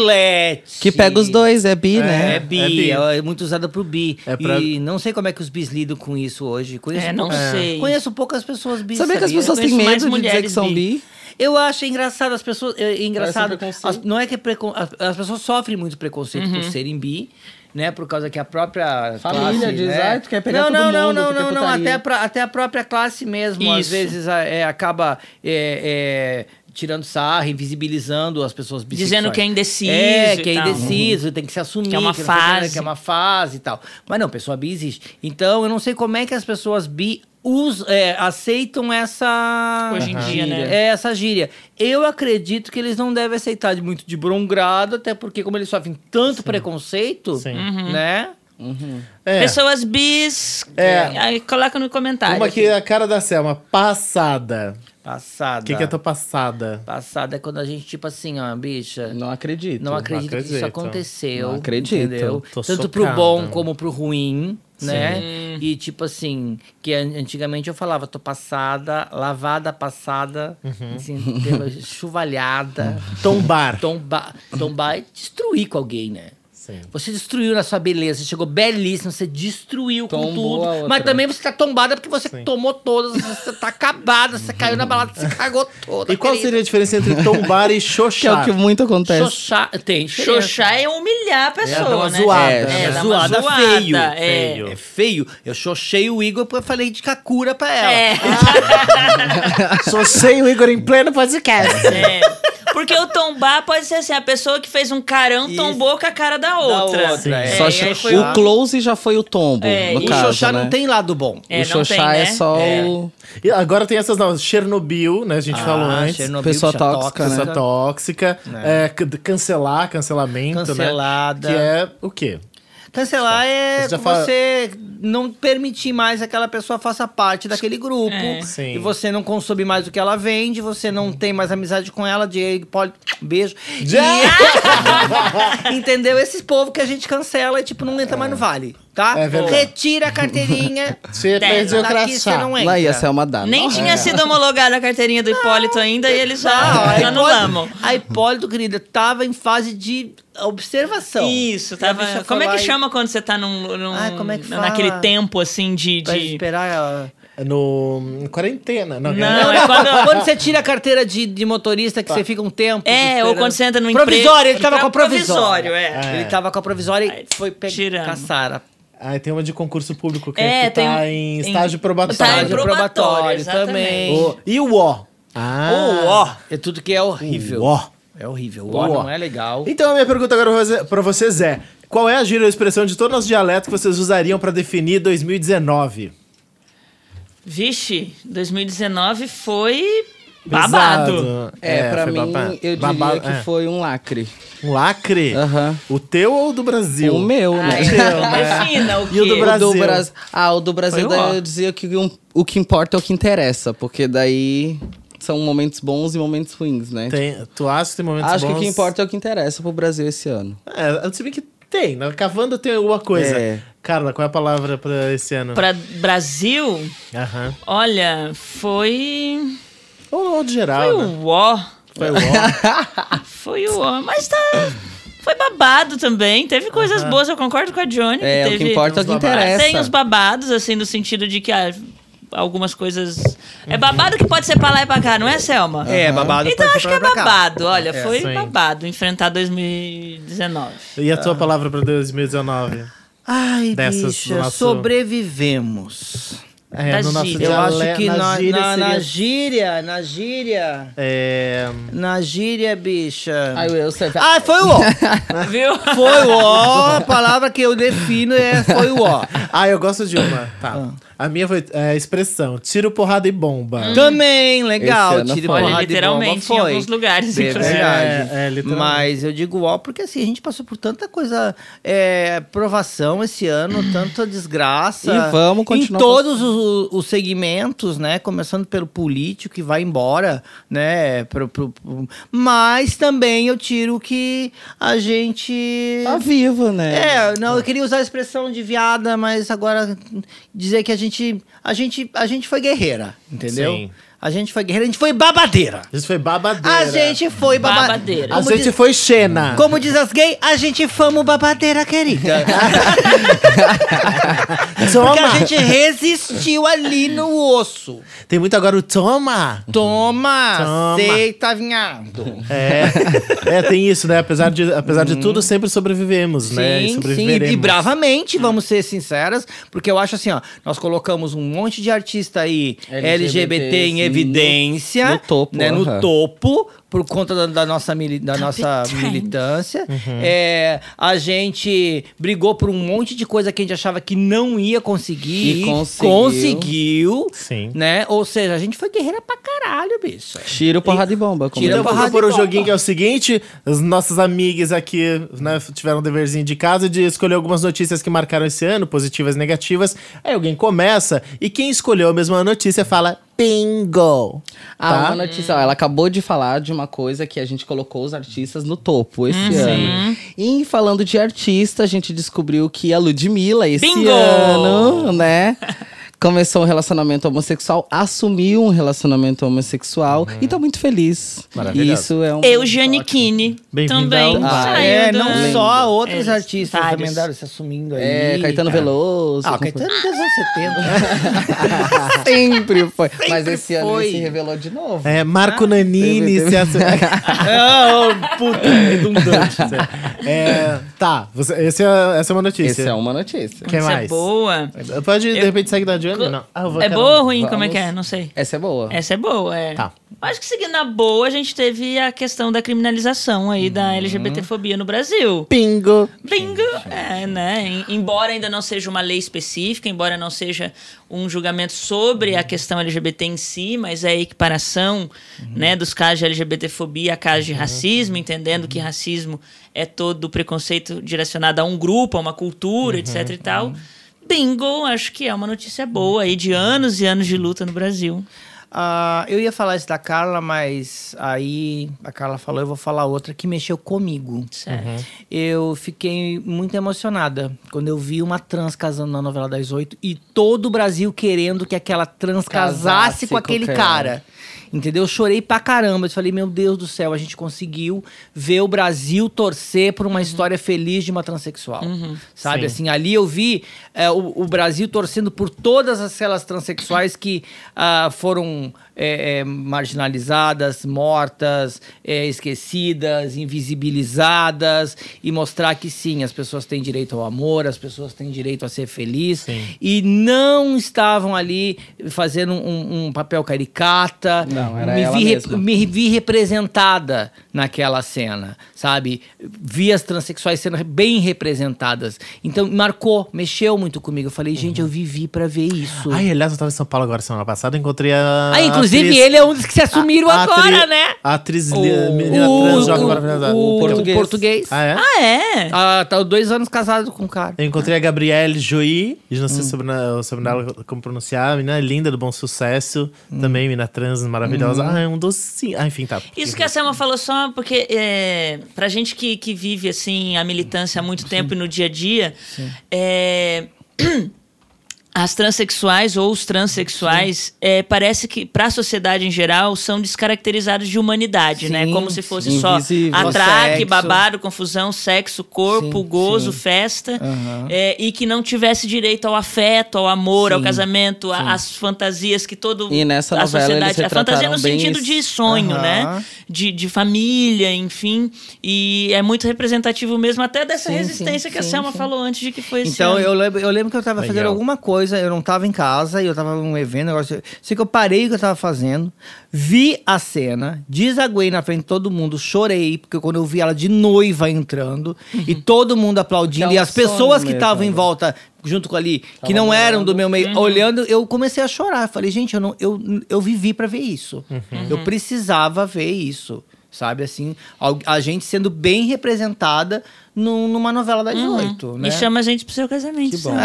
C: Gilete.
F: Que pega os dois, é bi, né?
C: É, bi,
B: É
C: é,
B: bi.
C: é muito usada pro bi.
B: É pra-
C: E não sei como é que os bis lidam com isso hoje. Conheço
E: É, não
C: poucas-
E: sei.
C: Conheço poucas pessoas bis.
F: Sabia que as
C: sabia?
F: pessoas
E: Eu
F: têm
E: conheço
F: medo
E: mais
F: de dizer que
E: mulheres
F: são
E: bi.
F: bi?
C: Eu acho engraçado, as pessoas. É, é engraçado.
F: um preconceito. Uhum.
C: as- não é que é precon, as, as pessoas sofrem muito preconceito por serem bi, né? Por causa que a própria.
F: Família
C: classe,
F: diz,
C: né?
F: "Ai, tu quer pegar
C: não,
F: todo
C: não,
F: mundo,
C: Não,
F: tu quer
C: não, não, não.
F: putaria."
C: Até, pra- até a própria classe mesmo, às
E: Isso.
C: vezes, a- é, acaba. é, é, Tirando sarra, invisibilizando as pessoas bissexuais.
E: Dizendo que é indeciso
C: É,
E: e
C: que é
E: tal.
C: indeciso, tem que se assumir.
E: Que é uma
C: não sei o que, né,
E: fase.
C: Que é uma fase e tal. Mas não, pessoa bi existe. Então, eu não sei como é que as pessoas bi us, é, aceitam essa...
E: Hoje em dia, né?
C: É essa gíria. Eu acredito que eles não devem aceitar de muito de bom grado, até porque como eles sofrem tanto preconceito,
B: Sim.
E: Uhum.
C: né?
B: É.
E: Pessoas bis, é, aí coloca no comentário.
B: Uma que é a cara da Selma, passada.
C: Passada.
B: O que, que é tua passada?
C: Passada é quando a gente, tipo assim, ó, bicha...
F: Não acredito.
C: Não acredito, que isso
B: acredito.
C: aconteceu.
F: Não acredito.
C: Entendeu?
B: Tô
C: Tanto
B: chocado.
C: pro bom como pro ruim, né? E tipo assim, que an- antigamente eu falava, tô passada, lavada, passada, assim, pela chuvalhada.
B: Tombar.
C: Tombar, tombar é destruir com alguém, né?
B: Sim.
C: Você destruiu na sua beleza, você chegou belíssima, você destruiu com
F: Tombou a outra.
C: tudo. Mas também você tá tombada porque você tomou todas, você tá acabada, você caiu na balada, você cagou toda.
B: E qual
C: querida.
B: seria a diferença entre tombar e
F: Que é o
B: xoxar?
F: que muito acontece.
C: Xoxá, tem. diferença.
E: Xoxar é humilhar a pessoa,
B: É, dá uma
E: né?
B: zoada,
E: é,
B: né?
E: dá uma
C: zoada,
E: zoada
C: feio.
E: É.
B: Feio.
C: É feio. Eu xoxei o Igor porque eu falei de Kakura pra ela.
E: É.
B: [laughs] Sou sem o Igor em pleno podcast.
E: É. Porque o tombar pode ser assim, a pessoa que fez um carão
C: Isso.
E: tombou com a cara da outra.
C: outra, Sim. é.
E: É,
F: Só
E: e
F: cho-
E: aí foi
F: O close já foi o tombo,
E: É,
F: no
E: e
C: O
F: caso,
C: xoxá
F: né?
C: não tem lado bom.
E: É,
F: o
E: não
F: xoxá
E: tem,
F: é
E: né?
F: só
E: É.
F: o...
B: E agora tem essas novas. Chernobyl, né? A gente falou antes.
C: Ah, Chernobyl,
F: pessoa
C: bicha
F: tóxica, né?
B: Essa tóxica. É, c- cancelar, cancelamento, né?
C: Cancelada.
B: Que é o quê?
C: Cancelar é
B: Você já
C: você
B: fala-
C: não permitir mais que aquela pessoa faça parte daquele grupo.
E: É.
B: Sim.
C: E você não consome mais o que ela vende, você não tem mais amizade com ela, Diego, pode... Beijo. E- [laughs] Entendeu? Esses povo que a gente cancela e, tipo, não entra mais no vale, tá?
B: É verdade.
C: Retira
B: [laughs]
C: a carteirinha.
B: Você é
E: Dez.
B: perdeu a
C: Daqui você
B: crachá.
C: não entra.
F: Lá ia ser uma data.
E: Nem tinha sido homologada a carteirinha do Hipólito ainda e eles
C: Não, é
E: já anulamos.
C: Hipólito, a Hipólito, querida, tava em fase de observação.
E: Isso,
C: Pra
E: tava.
C: bicha
E: Como é
C: Então,
E: que
C: falar e-
E: chama quando você tá num. num-
C: Ai, como é que fala? é.
E: Naquele tempo assim de.
C: Pra
E: de-
C: esperar ela...
B: No... em Quarentena. Não,
E: Não.
C: Não,
E: é
C: não, [laughs]
E: quando- Tá.
C: quando... você tira a carteira de, de motorista que você fica um tempo.
E: É, ou
C: esperando.
E: quando você entra no
C: provisório,
E: emprego-
C: ele tava
E: Pra-
C: com a provisória.
E: provisório, é.
C: Ele tava com a provisória
E: Aí,
C: e foi
E: tirando.
C: pegar caçar a
B: Ah, tem uma de concurso público que, é,
E: É,
B: que
E: tem um-
B: tá em
E: tem-
B: estágio
E: tá
B: probatório.
E: em probatório,
C: também.
E: exatamente.
B: O- E o O. Ah,
C: O ó, é tudo que é horrível.
B: o ó.
C: É horrível. O
B: O
C: ó
B: ó.
C: não é legal.
B: Então a minha pergunta agora pra você- pra vocês é: qual é a gíria ou expressão de todos os dialetos que vocês usariam pra definir 2019?
E: Vixe, 2019 foi babado.
B: Pesado.
F: É, pra
B: foi
F: mim,
B: babado.
F: eu diria
B: Babado,
F: que
B: é.
F: foi um lacre.
B: Um lacre?
F: Aham.
B: O teu ou o do Brasil? né?
F: O meu, né?
B: é.
F: [laughs]
E: [laughs] Ai, Defina o
B: E o do
E: quê?
B: Brasil?
F: O do Bras- Ah, o do Brasil
E: Foi o ó.
F: daí eu dizia que um- o que importa é o que interessa, porque daí são momentos bons e momentos ruins, né?
B: Tem, tu acha que tem momentos
F: Acho que o
B: bons?
F: que importa é o que interessa pro Brasil esse ano.
B: É, se bem que tem. Na Cavanda tem alguma coisa.
F: É.
B: Carla, qual é a palavra pra esse ano?
E: Pra Brasil,
B: Aham.
E: olha, foi.
B: Ou, ou de
E: Foi
B: geral, né?
E: o ó.
C: um.
B: Foi o ó.
E: Foi o ó. Mas tá. Foi babado também. Teve coisas boas, eu concordo com a Johnny.
F: É, o
E: teve-
F: que importa é o que
B: uns babados.
F: interessa.
E: Tem os babados, assim, no sentido de que ah, algumas coisas. É babado que pode ser pra lá e pra cá, não é, Selma?
C: É, babado.
E: Então
C: pode
E: acho que
C: pra
E: é
C: cá.
E: babado. Olha, foi
B: sim.
E: babado
C: [laughs]
E: enfrentar 2019.
B: E a tua palavra pra 2019?
C: Ai,
B: Dessas
C: bicha,
B: do nosso-
C: sobrevivemos.
B: É,
E: Da
B: no nosso
E: gíria.
C: Eu
B: dialeto,
C: acho que
B: na
C: na,
B: gíria
C: na, na
B: seria-
C: gíria, na gíria,
B: É,
C: na gíria, bicha.
F: Ai, eu sei.
C: Ah, foi o
B: [laughs]
C: ó.
E: Viu?
C: Foi o ó. A palavra que eu defino é foi o ó.
B: Ah, eu gosto de uma. Tá.
C: Ah.
B: A minha foi é, expressão: tiro, porrada e bomba.
C: Uhum. Hum. Também,
F: Esse
C: legal.
F: ano
C: Tire
F: foi.
C: porrada
E: Olha,
C: de
E: literalmente,
C: bomba, foi.
E: em alguns lugares,
C: É
E: inclusive.
C: verdade.
B: É, é, literalmente.
C: Mas eu digo ó porque assim, a gente passou por tanta coisa, é, provação esse ano, tanta desgraça.
F: E vamos continuar
C: Em todos os, os segmentos, né? Começando pelo político que vai embora, né? pro- pro- pro- Mas também eu tiro que a gente...
F: Tá vivo, né?
C: É, não, eu queria usar a expressão de viada, mas agora dizer que a gente, a gente, a gente foi guerreira, entendeu?
B: Sim.
C: A gente foi guerreira, a gente foi babadeira.
B: Isso foi babadeira.
C: A gente foi baba-
E: Babadeira.
B: A
C: Como,
B: gente
C: diz,
B: foi Xena.
C: como diz as gays, a gente fomos babadeira,
B: [laughs]
C: querida.
B: Ah, Toma!
C: Porque a gente resistiu ali no osso.
B: Tem muito agora o toma.
C: Toma,
B: Toma.
C: aceita, vinhado. [laughs]
B: É, é, tem isso, né? Apesar de, apesar de tudo, sempre sobrevivemos, né?
C: Hum. Sim, sim, e bravamente, vamos ser sinceras, porque eu acho assim, ó, nós colocamos um monte de artista aí LGBT, em
F: no-
C: evidência,
F: no topo,
C: né, no
F: aham.
C: topo, por conta da, da nossa, mili- da
E: Tá
C: nossa
E: Top trend.
C: militância.
B: Uhum.
C: É, a gente brigou por um monte de coisa que a gente achava que não ia conseguir,
F: E conseguiu.
C: conseguiu,
B: Sim.
C: né? Ou seja, a gente foi guerreira pra caralho, bicho.
F: Tiro, porrada e bomba. como
C: Tiro,
F: eu
B: Então,
F: disse.
B: vamos
C: porrada-
B: por um
C: e bomba.
B: joguinho que é o seguinte: as nossas amigas aqui né, tiveram um deverzinho de casa de escolher algumas notícias que marcaram esse ano, positivas e negativas. Aí alguém começa e quem escolheu a mesma notícia fala bingo.
F: Ah,
B: tá?
F: uma notícia. ó, ela acabou de falar de uma coisa que a gente colocou os artistas no topo esse ano. E falando de artista, a gente descobriu que a Ludmilla esse
E: Bingo!
F: ano, né? Começou um relacionamento homossexual, assumiu um relacionamento homossexual e tá muito feliz.
B: Maravilhoso.
F: Isso é um.
E: Eu, Giannichini,
B: Bem-vinda
E: também
B: ao
F: bar.
E: saiu
C: É,
E: do-
C: não
F: Lembro.
C: só outros
E: É,
C: artistas
E: vários.
C: também andaram se assumindo aí.
F: É, Caetano
C: cara.
F: Veloso. Ah,
C: Ah, o Caetano
F: [laughs]
C: dos anos 70.
F: sempre foi. Mas esse ano
C: foi.
F: ele se revelou de novo.
B: É, Marco Nanini
F: teve-
B: se é assumiu. [laughs]
C: Ah, ô, puta, redundante.
B: É, tá, você- esse é- essa é uma notícia.
F: Essa é uma notícia.
B: Quem
E: Isso é
B: mais?
E: boa.
B: Pode, de repente, sair da Johnny Cristiane? Não. Ah, eu vou-
E: É
B: quero-
E: boa ou ruim? Como é
F: Vamos.
E: que é? Não sei.
F: Essa é boa.
E: Essa é boa, é.
B: Tá.
E: Acho que seguindo na boa, a gente teve a questão da criminalização aí da LGBTfobia no Brasil.
D: Pingo.
E: Bingo! É, né? Em- Embora ainda não seja uma lei específica, embora não seja um julgamento sobre a questão LGBT em si, mas é a equiparação né, dos casos de LGBTfobia a casos de racismo, entendendo que racismo é todo o preconceito direcionado a um grupo, a uma cultura, etc e tal. Bingo! Acho que é uma notícia boa aí de anos e anos de luta no Brasil.
C: Ah, eu ia falar isso da Carla, mas aí a Carla falou, eu vou falar outra que mexeu comigo.
E: Certo.
C: Uhum. Eu fiquei muito emocionada quando eu vi uma trans casando na novela das oito e todo o Brasil querendo que aquela trans casasse,
F: Casasse
C: com aquele
F: com aquela.
C: cara. Entendeu? Eu chorei pra caramba. Eu falei, meu Deus do céu, a gente conseguiu ver o Brasil torcer por uma história feliz de uma transexual. Sabe, assim, ali eu vi é, o, o Brasil torcendo por todas aquelas transexuais que ah, foram é, é, marginalizadas, mortas, é, esquecidas, invisibilizadas e mostrar que sim, as pessoas têm direito ao amor, as pessoas têm direito a ser feliz e não estavam ali fazendo um, um papel caricata.
F: Não, era
C: me
F: ela
C: vi
F: mesma.
C: me vi representada naquela cena, sabe? Vi as transexuais sendo bem representadas. Então, marcou, mexeu muito comigo. Eu falei, gente, eu vivi pra ver isso.
B: Uhum. Ai, aliás, eu tava em São Paulo agora semana passada, encontrei a.
C: Ah, inclusive,
B: atriz-
C: ele é um dos que se assumiram
B: a atri-
C: agora, né?
B: A atriz li- menina trans jovem maravilhosa.
C: o- o português.
B: Ah, é?
E: Ah, é?
C: Ah, tá dois anos casado com o cara.
B: Eu encontrei a Gabriele Joy, eu não sei sobre o sobrenome como pronunciar, menina linda do bom sucesso, também menina trans maravilhosa. Ah, é um docinho. Ah, enfim, tá.
E: Isso que a Selma falou só porque é, pra gente que, que vive assim a militância há muito tempo e no dia a dia, é, [clears throat] as transexuais ou os transexuais é, parece que para a sociedade em geral são descaracterizados de humanidade, né?
C: Sim,
E: Como se fosse
F: sim.
E: só
F: Invisível.
E: atraque,
C: Sexo.
E: babado, confusão, sexo, corpo,
C: Sim,
E: gozo,
C: sim.
E: festa,
C: Aham.
E: é, e que não tivesse direito ao afeto, ao amor, ao
C: Sim,
E: casamento, a- às fantasias que todo
F: E nessa
E: a
F: novela eles
E: sociedade, a fantasia
F: retrataram
E: no
F: bem
E: sentido
F: isso.
E: de sonho,
C: Aham.
E: né? de, de família, enfim. E é muito representativo mesmo, até dessa
C: Sim,
E: resistência
C: sim,
E: que a
C: sim,
E: Selma
C: sim.
E: falou antes de que foi esse
C: Então,
E: ano.
C: eu lembro, eu lembro que eu tava
B: Legal.
C: fazendo alguma coisa, eu não tava em casa, e eu tava num evento, um negócio. Sei que eu parei o que eu tava fazendo, vi a cena, desaguei na frente de todo mundo, chorei, porque quando eu vi ela de noiva entrando, e todo mundo aplaudindo,
F: Uhum. Dá
C: e
F: um
C: as
F: sono
C: pessoas que
F: mesmo,
C: estavam em
F: né? Uhum.
C: volta, junto com ali, que não eram do meu meio, olhando, eu comecei a chorar. Falei, gente, eu, não, eu, eu vivi pra ver isso.
F: Uhum.
C: Eu precisava ver isso. Sabe, assim, al- a gente sendo bem representada num- numa novela das
F: Uhum.
C: oito, né?
E: Hum. E chama a gente pro seu casamento. Selma.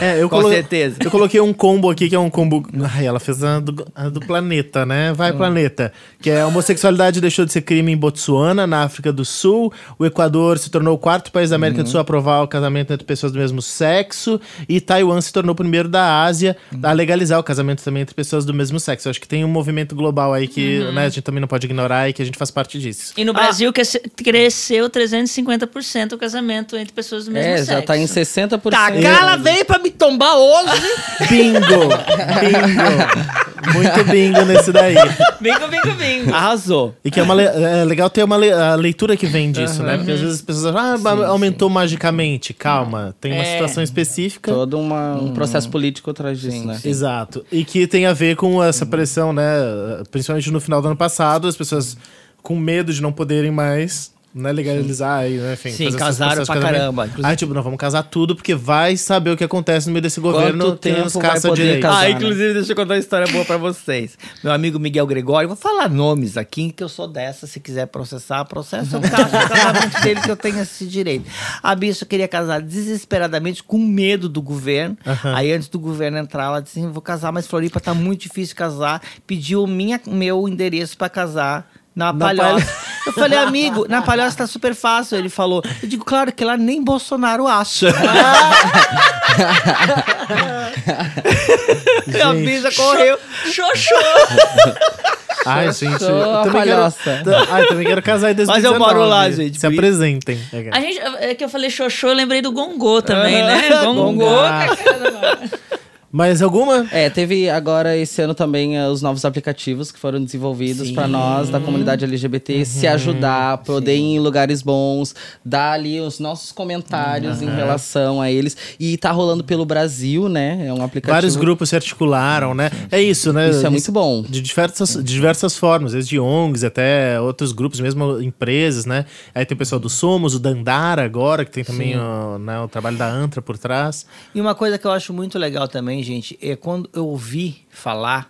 B: É, eu
C: Com certeza.
B: Eu coloquei um combo aqui que é um combo. Ai, ela fez a do, a do planeta, né? Vai,
C: Hum.
B: planeta. Que é a homossexualidade deixou de ser crime em Botsuana, na África do Sul. O Equador se tornou o quarto país da América
C: Uhum.
B: do Sul a aprovar o casamento entre pessoas do mesmo sexo. E Taiwan se tornou o primeiro da Ásia
C: Uhum.
B: a legalizar o casamento também entre pessoas do mesmo sexo. Eu acho que tem um movimento global aí que
C: Uhum.
B: né, a gente também não pode ignorar e que a gente faz parte
C: [laughs]
B: disso.
C: Ah.
E: E no Brasil cresce- cresceu 350% o casamento entre pessoas do mesmo
F: É,
E: sexo.
F: já tá em 60%.
C: Tá, a Carla veio pra me tombar hoje.
B: Bingo!
C: [laughs]
B: Bingo! Muito bingo nesse daí.
E: Bingo, bingo,
C: [laughs]
E: bingo.
C: Arrasou.
B: E que é, uma le- é legal ter uma le- a leitura que vem disso, né? Porque às vezes as pessoas acham, ah, ba- aumentou magicamente. Calma, tem uma situação específica.
F: Todo uma- um processo político atrás disso, né?
B: Exato. E que tem a ver com essa pressão, né? Principalmente no final do ano passado, as pessoas com medo de não poderem mais. Né, legalizar aí, né? Enfim,
C: Sim,
B: fazer essas
C: casaram
B: processos de
C: pra
B: casamento.
C: caramba, inclusive.
B: Ah, tipo, não, vamos casar tudo, porque vai saber o que acontece no meio desse governo. que
F: tempo
B: nos
F: vai
B: caça
F: poder
B: direito.
F: casar?
C: Ah,
F: né?
C: inclusive, deixa eu contar uma história boa pra vocês. Meu amigo Miguel Gregório, vou falar nomes aqui, que eu sou dessa. Se quiser processar, processa o caso
B: [laughs]
C: do casamento dele, que eu tenho esse direito. A bicha queria casar desesperadamente, com medo do governo. Aí, antes do governo entrar, ela disse: assim, vou casar, mas Floripa tá muito difícil casar. Pediu minha, meu endereço pra casar. Na Palhoça. [laughs] Eu falei, amigo, na Palhoça tá super fácil. Ele falou. Eu digo, claro que lá nem Bolsonaro
B: [laughs]
C: acha. a bicha correu.
E: Xoxô!
B: Ai, gente.
F: Sou
B: Eu
F: a
B: também quero,
F: palhaça.
B: Ai, também quero casar em 2019.
C: Mas eu moro lá, gente,
B: Se
C: por isso.
B: apresentem. É,
E: A gente, é que eu falei xoxô, eu lembrei do gongô também, né?
C: Aham,
E: Gongô.
C: gongô.
B: Mas alguma?
F: É, teve agora esse ano também eh, os novos aplicativos que foram desenvolvidos pra nós, da comunidade LGBT,
B: Uhum.
F: se ajudar, poder ir em lugares bons, dar ali os nossos comentários
B: Uhum.
F: em relação a eles. E tá rolando pelo Brasil, né? É um aplicativo.
B: Vários grupos se articularam, né? É isso, né?
F: Isso é muito bom.
B: De diversas, de diversas formas, desde ONGs até outros grupos, mesmo empresas, né? Aí tem o pessoal do Somos, o Dandara agora, que tem também o, né, o trabalho da Antra por trás.
C: E uma coisa que eu acho muito legal também, gente, é quando eu ouvi falar,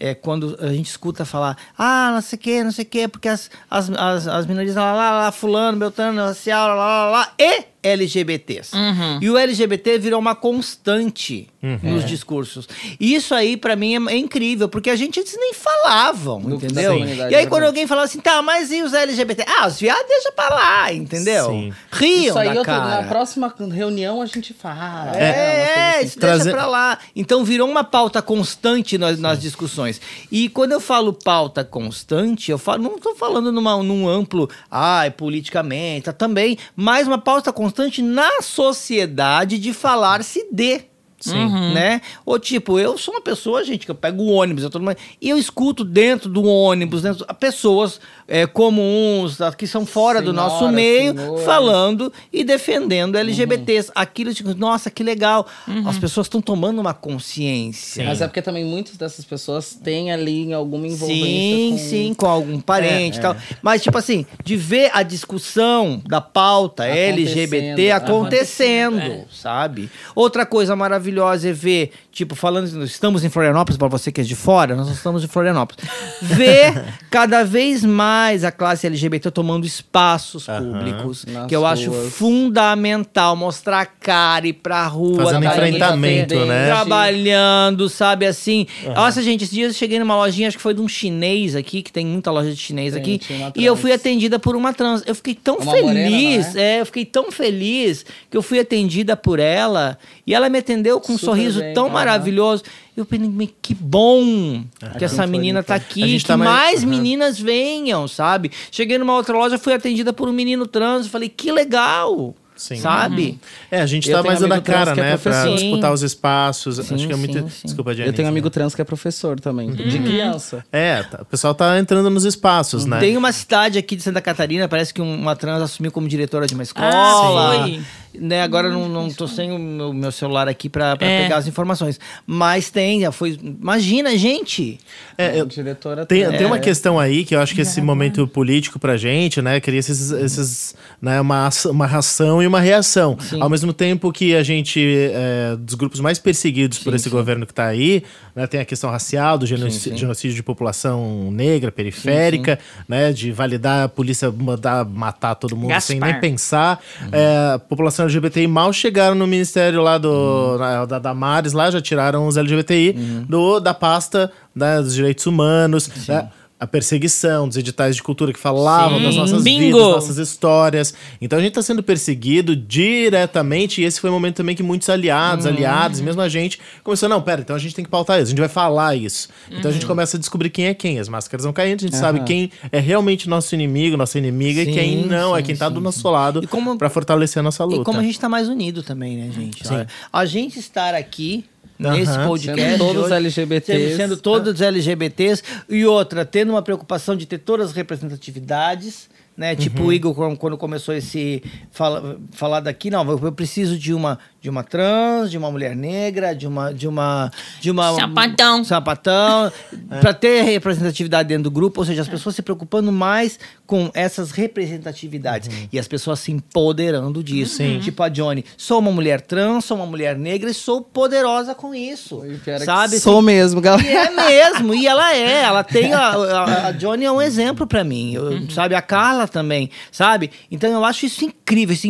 C: é quando a gente escuta falar, ah, não sei o que, não sei o que, porque as, as, as, as minorias, lá, lá, lá, fulano, beltrano, racial, lá, lá, lá, lá, e LGBTs.
F: Uhum.
C: E o LGBT virou uma constante nos discursos. E Isso aí, pra mim, é, é incrível, porque a gente, eles nem falavam, entendeu?
F: sim.
C: E aí, quando alguém falava assim, tá, mas e os LGBT? Ah, os viados deixa pra lá, entendeu?
B: Sim.
C: Riam
F: Isso aí,
C: da
F: eu tô-
C: cara.
F: na próxima reunião a gente fala.
B: assim.
C: É, é, isso
B: Trazer-
C: deixa pra lá. Então virou uma pauta constante nas, nas discussões. E quando eu falo pauta constante, eu falo, não tô falando numa, num amplo, ai, politicamente, tá, também, mas uma pauta constante na sociedade de falar-se de. Sim. Né? Ou tipo, eu sou uma pessoa, gente, que eu pego o ônibus, eu tô numa- e eu escuto dentro do ônibus, dentro, pessoas é, comuns, tá, que são fora do nosso
F: Senhoras,
C: meio,
F: senhores.
C: falando falando e defendendo LGBTs. Aquilo, eu digo, nossa, que legal. As pessoas estão tomando uma consciência.
F: Mas é porque também muitas dessas pessoas têm ali alguma envolvência.
C: Sim,
F: com- É,
C: sim, com algum parente e tal. Mas, tipo assim, de ver a discussão da pauta LGBT
E: Acontecendo,
C: acontecendo,
F: É.
C: sabe? Outra coisa maravilhosa é ver, tipo, falando, estamos em Florianópolis, pra você que é de fora, nós não estamos em
F: [laughs]
C: Florianópolis. Ver cada vez mais a classe LGBT tomando espaços públicos,
F: Nas
C: que eu acho
F: ruas.
C: fundamental mostrar a cara e ir pra rua.
B: Fazendo
C: tá
F: Trabalhando
B: enfrentamento,
F: pra
B: né?
F: frente.
C: trabalhando, sabe assim. Nossa, gente, esses dias eu cheguei numa lojinha, acho que foi de um chinês aqui, que tem muita loja de chinês
F: Tem,
C: aqui,
F: tinha uma
C: e eu
F: trans.
C: fui atendida por uma trans. Eu fiquei tão
F: Uma
C: feliz,
F: morena, né? não
C: é? eu fiquei tão feliz que eu fui atendida por ela e ela me atendeu com um
F: Super
C: sorriso
F: bem,
C: tão
F: aham. Ah,
C: maravilhoso. Eu pensei, "Mas que bom que essa menina tá
B: A
C: aqui,
B: gente
C: que
B: tá mais-
C: mais
B: aham.
C: meninas venham, sabe? Cheguei numa outra loja, fui atendida por um menino trans, eu falei, que legal,
B: Sim.
C: sabe?
F: Uhum.
B: É, a gente
F: Eu
B: tá
F: tenho
B: mais dando a
F: amigo trans
B: cara,
F: que é
B: né? Pra
F: professor.
B: disputar os espaços. Acho que é
C: sim,
B: muito.
C: sim.
B: Desculpa, Uhum. Jenny.
F: Eu tenho um amigo trans que é professor também, de criança.
B: É, tá- o pessoal tá entrando nos
F: Uhum.
B: espaços, né?
C: Tem um uma cidade aqui de Santa Catarina, parece que um, uma trans assumiu como diretora de uma escola.
E: Ah, sim.
C: Né, agora não, não tô sem o meu, meu celular aqui pra, pra
E: É.
C: pegar as informações. Mas tem, já foi. Imagina, gente!
B: É,
F: um
B: eu-
F: Diretora
B: Tem,
F: trans.
B: tem uma questão aí que eu acho que esse momento político pra gente, né, cria esses, esses né, uma, aça- uma ação e uma reação. Ao mesmo tempo que a gente, é, dos grupos mais perseguidos por esse governo que tá aí, né, tem a questão racial, do genoci- genocídio de população negra, periférica, né, de validar a polícia mandar matar todo mundo sem nem
E: Gaspar.
B: pensar. É, a população LGBTI mal chegaram no ministério lá do, na- da Damares, lá já tiraram os LGBTI do, da pasta né, dos direitos humanos. né? A perseguição dos editais de cultura que falavam das nossas
E: Bingo.
B: vidas, nossas histórias. Então a gente está sendo perseguido diretamente, e esse foi o momento também que muitos aliados, aliados, mesmo a gente, começou: não, pera, então a gente tem que pautar isso, a gente vai falar isso. Então a gente começa a descobrir quem é quem, as máscaras vão caindo, a gente sabe quem é realmente nosso inimigo, nossa inimiga, e
C: Sim,
B: quem não, é
C: sim,
B: quem tá
C: sim,
B: do nosso lado
C: E como-
B: para fortalecer a nossa luta.
C: E como a gente tá mais unido também, né, gente? Olha, A gente estar aqui. Nesse
B: Aham.
C: podcast.
F: Sendo todos
C: hoje,
F: LGBTs.
C: Sendo, sendo todos LGBTs. E outra, tendo uma preocupação de ter todas as representatividades. Né? Tipo
F: Uhum.
C: o Igor, quando- quando começou esse fala, falar daqui, não, eu eu preciso de uma, de uma trans, de uma mulher negra, de uma. De uma, de uma
E: Sapatão.
C: sapatão,
F: É.
C: para ter representatividade dentro do grupo, ou seja, as pessoas se preocupando mais com essas representatividades
F: Uhum.
C: e as pessoas se empoderando disso. Tipo a Johnny, sou uma mulher trans, sou uma mulher negra e sou poderosa com isso.
F: E o pior é que
C: Sabe?
F: Sou mesmo,
C: E
F: galera.
C: é mesmo, e ela é, ela tem a, a, a Johnny é um exemplo pra mim, eu- sabe? A Carla também, sabe? Então eu acho isso incrível, esse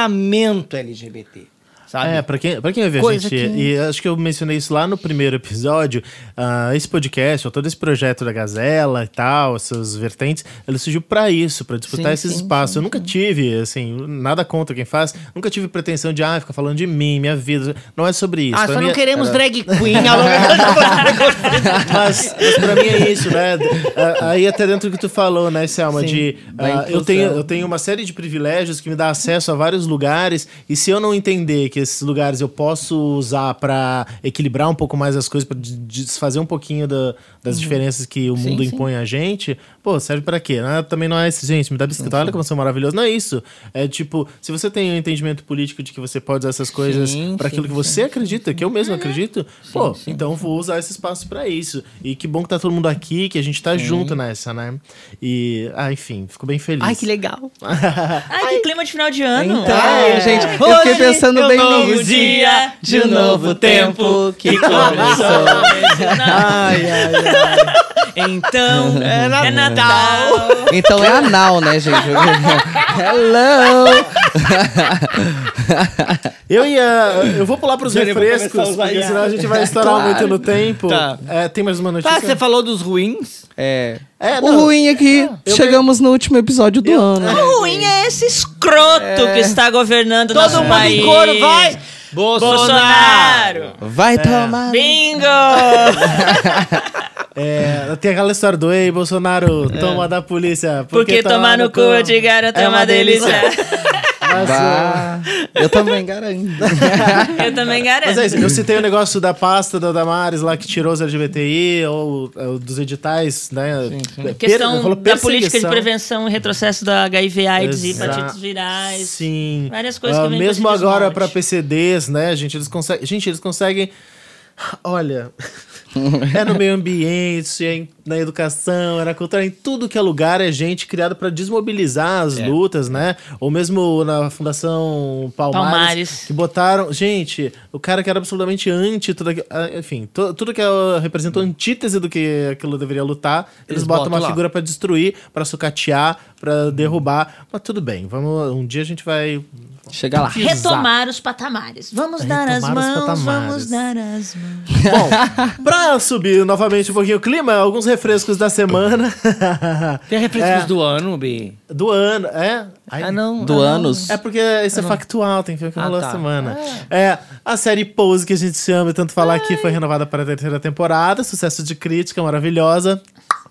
C: empoderamento LGBT, sabe?
B: É, pra quem, pra quem ouve a
C: Coisa
B: gente,
C: que-
B: e acho que eu mencionei isso lá no primeiro episódio, ah, esse podcast, ou todo esse projeto da Gazela e tal, essas vertentes, ele surgiu pra isso, pra disputar
C: Sim,
B: esses
C: sim,
B: espaços. eu nunca tive, assim, nada contra quem faz, nunca tive pretensão de, ah, ficar falando de mim, minha vida. Não é sobre isso.
C: ah,
B: Pra
C: só
B: mim
C: não
B: é-
C: queremos drag queen ao longo da
B: mas, mas pra mim é isso, né? Ah, Aí até dentro do que tu falou, né, Selma, de ah, eu,
F: inclusão.
B: tenho, eu tenho uma série de privilégios que me dá acesso a vários lugares e se eu não entender que esses lugares eu posso usar pra equilibrar um pouco mais as coisas, pra de- desfazer um pouquinho da- das diferenças que o mundo impõe a gente, pô, serve pra quê? Não é- também não é esse, gente, me dá bicicleta, olha como são maravilhosos. Não é isso. É tipo, se você tem um entendimento político de que você pode usar essas coisas
C: Sim,
B: pra aquilo
C: sim,
B: que você acredita, que eu mesmo acredito, pô, então vou usar esse espaço pra isso. E que bom que tá todo mundo aqui, que a gente tá junto nessa, né? E, ah, enfim, fico bem feliz.
C: Ai, que legal. É.
E: Ai, que clima de final de ano.
F: Então, gente, eu fiquei
E: Hoje
F: pensando
E: é um
F: bem
E: novo
F: nisso.
E: dia, [laughs] de um novo tempo
F: [laughs]
E: que começou.
F: Ai, ai,
E: Então, é
C: tá
E: Natal.
F: ai. Então é anal, né, gente?
E: [laughs]
F: Hello!
B: Eu ia. Eu vou pular pros
C: Júnior, eu vou começar a
B: refrescos,
C: usar
B: porque
C: isso.
B: senão a gente vai estourar
F: Claro.
B: muito no tempo.
C: Tá.
B: É, tem mais uma
C: Tá,
B: notícia.
C: você falou dos ruins.
F: É.
B: É,
F: o
B: não.
F: ruim é que chegamos no último episódio do ano.
E: O ruim é esse escroto que está governando nosso
C: É. Todo mundo
E: país.
C: em coro, vai!
E: Bolsonaro!
F: Vai tomar.
E: Bingo!
B: É, tem aquela história do Ei, Bolsonaro, toma da polícia.
E: Porque tomar no cu eu te garanto é uma delícia.
F: Vá. Eu também garanto.
E: Eu também
B: Mas
E: garanto.
B: é isso, eu citei o negócio da pasta da Damares lá que tirou os LGBTI ou, ou dos editais, né? Per-
E: Questão
B: eu falo
E: da política de
B: perseguição.
E: prevenção e retrocesso da HIV, AIDS e
B: Exa-
E: hepatites virais.
B: Sim.
E: Várias coisas que
B: Ah,
E: vêm com
B: Mesmo
E: esse
B: agora
E: desmonte.
B: pra PCDs, né, gente? Eles conseguem. Gente, eles conseguem. Olha. é no meio ambiente, é em- na educação, é na cultura, em tudo que é lugar é gente criada pra desmobilizar as lutas, né? Ou mesmo na Fundação Palmares,
E: Palmares.
B: que botaram. Gente, o cara que era absolutamente anti tudo aquilo. ah, Enfim, to- tudo que é- representa antítese do que aquilo deveria lutar, eles,
C: Eles
B: botam,
C: botam
B: uma
C: lá. Uhum.
B: figura figura pra destruir, pra sucatear, pra derrubar. Mas tudo bem, vamos, um dia a gente
C: [laughs]
B: vai.
F: Chega lá.
E: Retomar os patamares. Vamos dar as
B: Retomar os
E: mãos,
B: patamares.
E: vamos dar as mãos.
B: Bom, pra subir novamente um pouquinho o clima, alguns refrescos da semana.
C: Tem refrescos
B: É.
C: do ano, Bi.
B: [laughs] do ano, é? Ai,
C: Ah, não.
F: Do
C: ah,
F: anos.
B: É porque isso é factual, tem filme que
C: Ah,
B: rolou
C: tá.
B: a semana. É, a série Pose, que a gente se ama e tanto falar aqui, foi renovada para a terceira temporada. Sucesso de crítica, maravilhosa.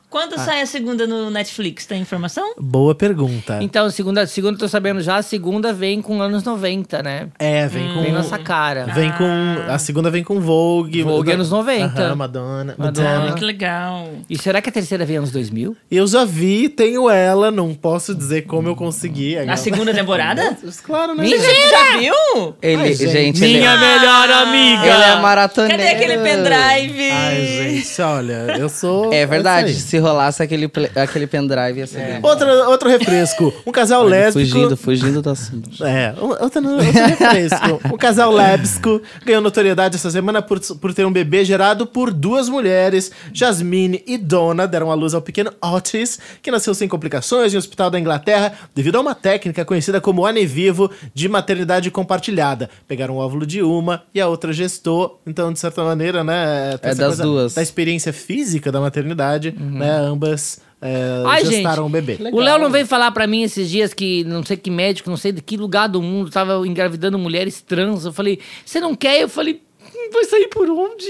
E: Quando
B: Ah.
E: sai a segunda no Netflix? Tem informação?
B: Boa pergunta.
C: Então, segunda, segunda eu tô sabendo já, a segunda vem com anos 90, né?
B: É, vem com.
C: Vem nossa cara. Ah.
B: Vem com. A segunda vem com Vogue.
C: Vogue anos 90.
B: Aham, Madonna.
C: Madonna.
E: Ah, que legal.
C: E será que a terceira vem anos 2000?
B: Eu já vi, tenho ela, não posso dizer como eu
C: Hum.
B: consegui. É
E: Na
C: Assim,
B: [laughs]
E: segunda temporada?
B: Claro, né?
E: Você já, já viu? Ah,
F: Ele,
B: Ai, gente.
F: gente, ele, é
C: melhor amiga!
F: ele é maratoneiro.
E: Cadê aquele pendrive?
B: Ai, gente, olha, eu sou.
F: É verdade,
B: isso aí.
F: se rolasse aquele, ple- aquele pendrive ia ser bem bom.
B: Outro, outro refresco. Um casal lésbico.
F: Fugindo, fugindo do assunto.
B: É, um- outro, outro
F: [laughs]
B: refresco. Um casal lésbico ganhou notoriedade essa semana por, por ter um bebê gerado por duas mulheres. Jasmine e Donna deram à luz ao pequeno Otis, que nasceu sem complicações em um hospital da Inglaterra devido a uma técnica conhecida como anevivo de maternidade compartilhada. Pegaram o óvulo de uma e a outra gestou. Então, de certa maneira, né... tem
F: É
B: essa
F: das duas. Uhum.
B: Da experiência física da maternidade, né? Ambas é,
C: Ai,
B: gestaram
C: gente,
B: o
C: [laughs]
B: bebê.
C: O Léo não veio falar pra mim esses dias que não sei que médico, não sei de que lugar do mundo, tava engravidando mulheres trans. Eu falei, você não quer? Eu falei, "Hum, vai sair por onde?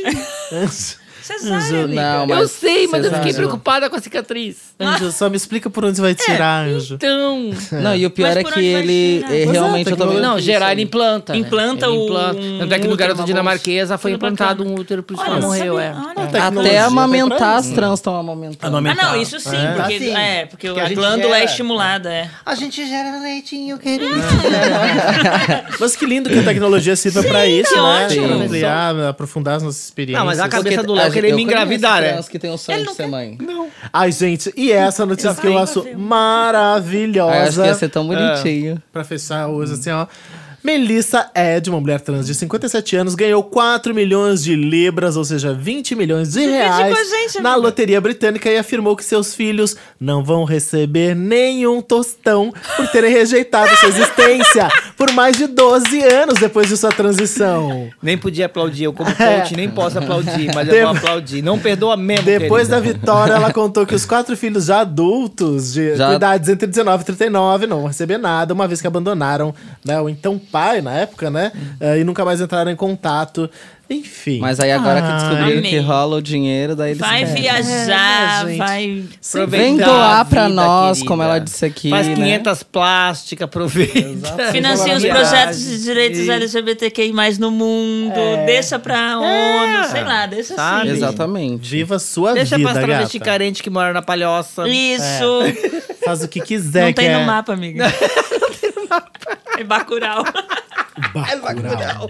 E: Cesárea, amiga.
F: Não,
C: eu sei, mas eu fiquei
F: cesárea.
C: preocupada com a cicatriz.
B: Anjo, só me explica por onde você vai tirar, Anjo.
C: Então.
F: Não, e o pior
E: Mas
F: é
E: por
F: que
E: onde vai
F: ele
E: tirar?
F: é,
E: Pois
B: é,
F: realmente eu também.
B: tecnologia.
C: Não, gerar ele implanta. né?
E: Implanta
C: Ele
E: o-
C: implanta.
E: um
C: Tanto é que no
E: útero,
C: garoto
E: uma
C: dinamarquesa foi
E: Tudo
C: implantado
E: bacana.
C: um útero, por isso que
E: Olha,
C: ela
E: não
C: morreu,
E: sabia,
C: é.
E: olha.
B: Não, tecnologia
F: Até
B: tem
F: amamentar
B: pra
F: as
B: isso.
F: trans estão amamentando.
E: Ah, não, isso sim, porque,
C: sim.
E: É, porque,
C: Porque
E: a,
C: a gente
E: glândula
C: gera.
E: é estimulada, é.
C: A gente gera leitinho, querido.
B: Mas que lindo que a tecnologia sirva pra isso,
E: tá
B: né?
E: ótimo.
B: Pra ampliar, aprofundar as nossas experiências.
C: Não, mas a cabeça do
F: a
C: Léo
F: gente-
C: querer
F: eu
C: me
F: conheço
C: engravidar, é.
F: trans que tem o sonho de ser mãe.
B: Ai, gente, e essa notícia que eu acho
F: Ah, eu acho que ia
B: maravilhosa.
F: ser tão bonitinho.
B: Pra fechar hoje, assim, ó. Melissa Ed, uma mulher trans de 57 anos, ganhou 4 milhões de libras, ou seja, 20 milhões de reais
E: com a gente,
B: na
E: amiga.
B: loteria britânica e afirmou que seus filhos não vão receber nenhum tostão por terem rejeitado sua existência por mais de 12 anos depois de sua transição.
C: Nem podia aplaudir, eu
F: [laughs]
C: como coach, nem posso aplaudir, mas eu
B: Depois-
C: vou aplaudir. Não perdoa mesmo,
B: Depois
C: querida.
B: da vitória, ela contou que os quatro filhos já adultos, de
F: Já-
B: com idades entre 19 e 39, não vão receber nada, uma vez que abandonaram né, o então pai na época, né? eh, E nunca mais entraram em contato. Enfim.
F: Mas aí agora
E: Ah.
F: que descobriram
E: Amei.
F: que rola o dinheiro, daí eles
E: Vai
F: querem.
E: viajar,
C: É, gente.
E: vai.
F: Vem
C: Aproveitar a
F: doar pra
C: vida,
F: nós,
C: querida.
F: como ela disse aqui,
C: Faz
F: né?
C: 500 plásticas, aproveita.
E: Financia os
C: Viagem.
E: projetos de direitos
C: E-
E: LGBTQI no mundo, deixa pra ONU, sei lá, deixa
C: Sabe?
E: assim.
F: Exatamente.
B: Viva sua
C: Deixa
B: vida,
C: pras travesti
B: gata.
C: carente que mora na palhoça.
E: Isso!
B: Faz
E: [laughs]
B: o que quiser.
E: Não
B: que
E: tem
B: é...
E: no mapa, amiga. É Bacurau.
B: Bacurau.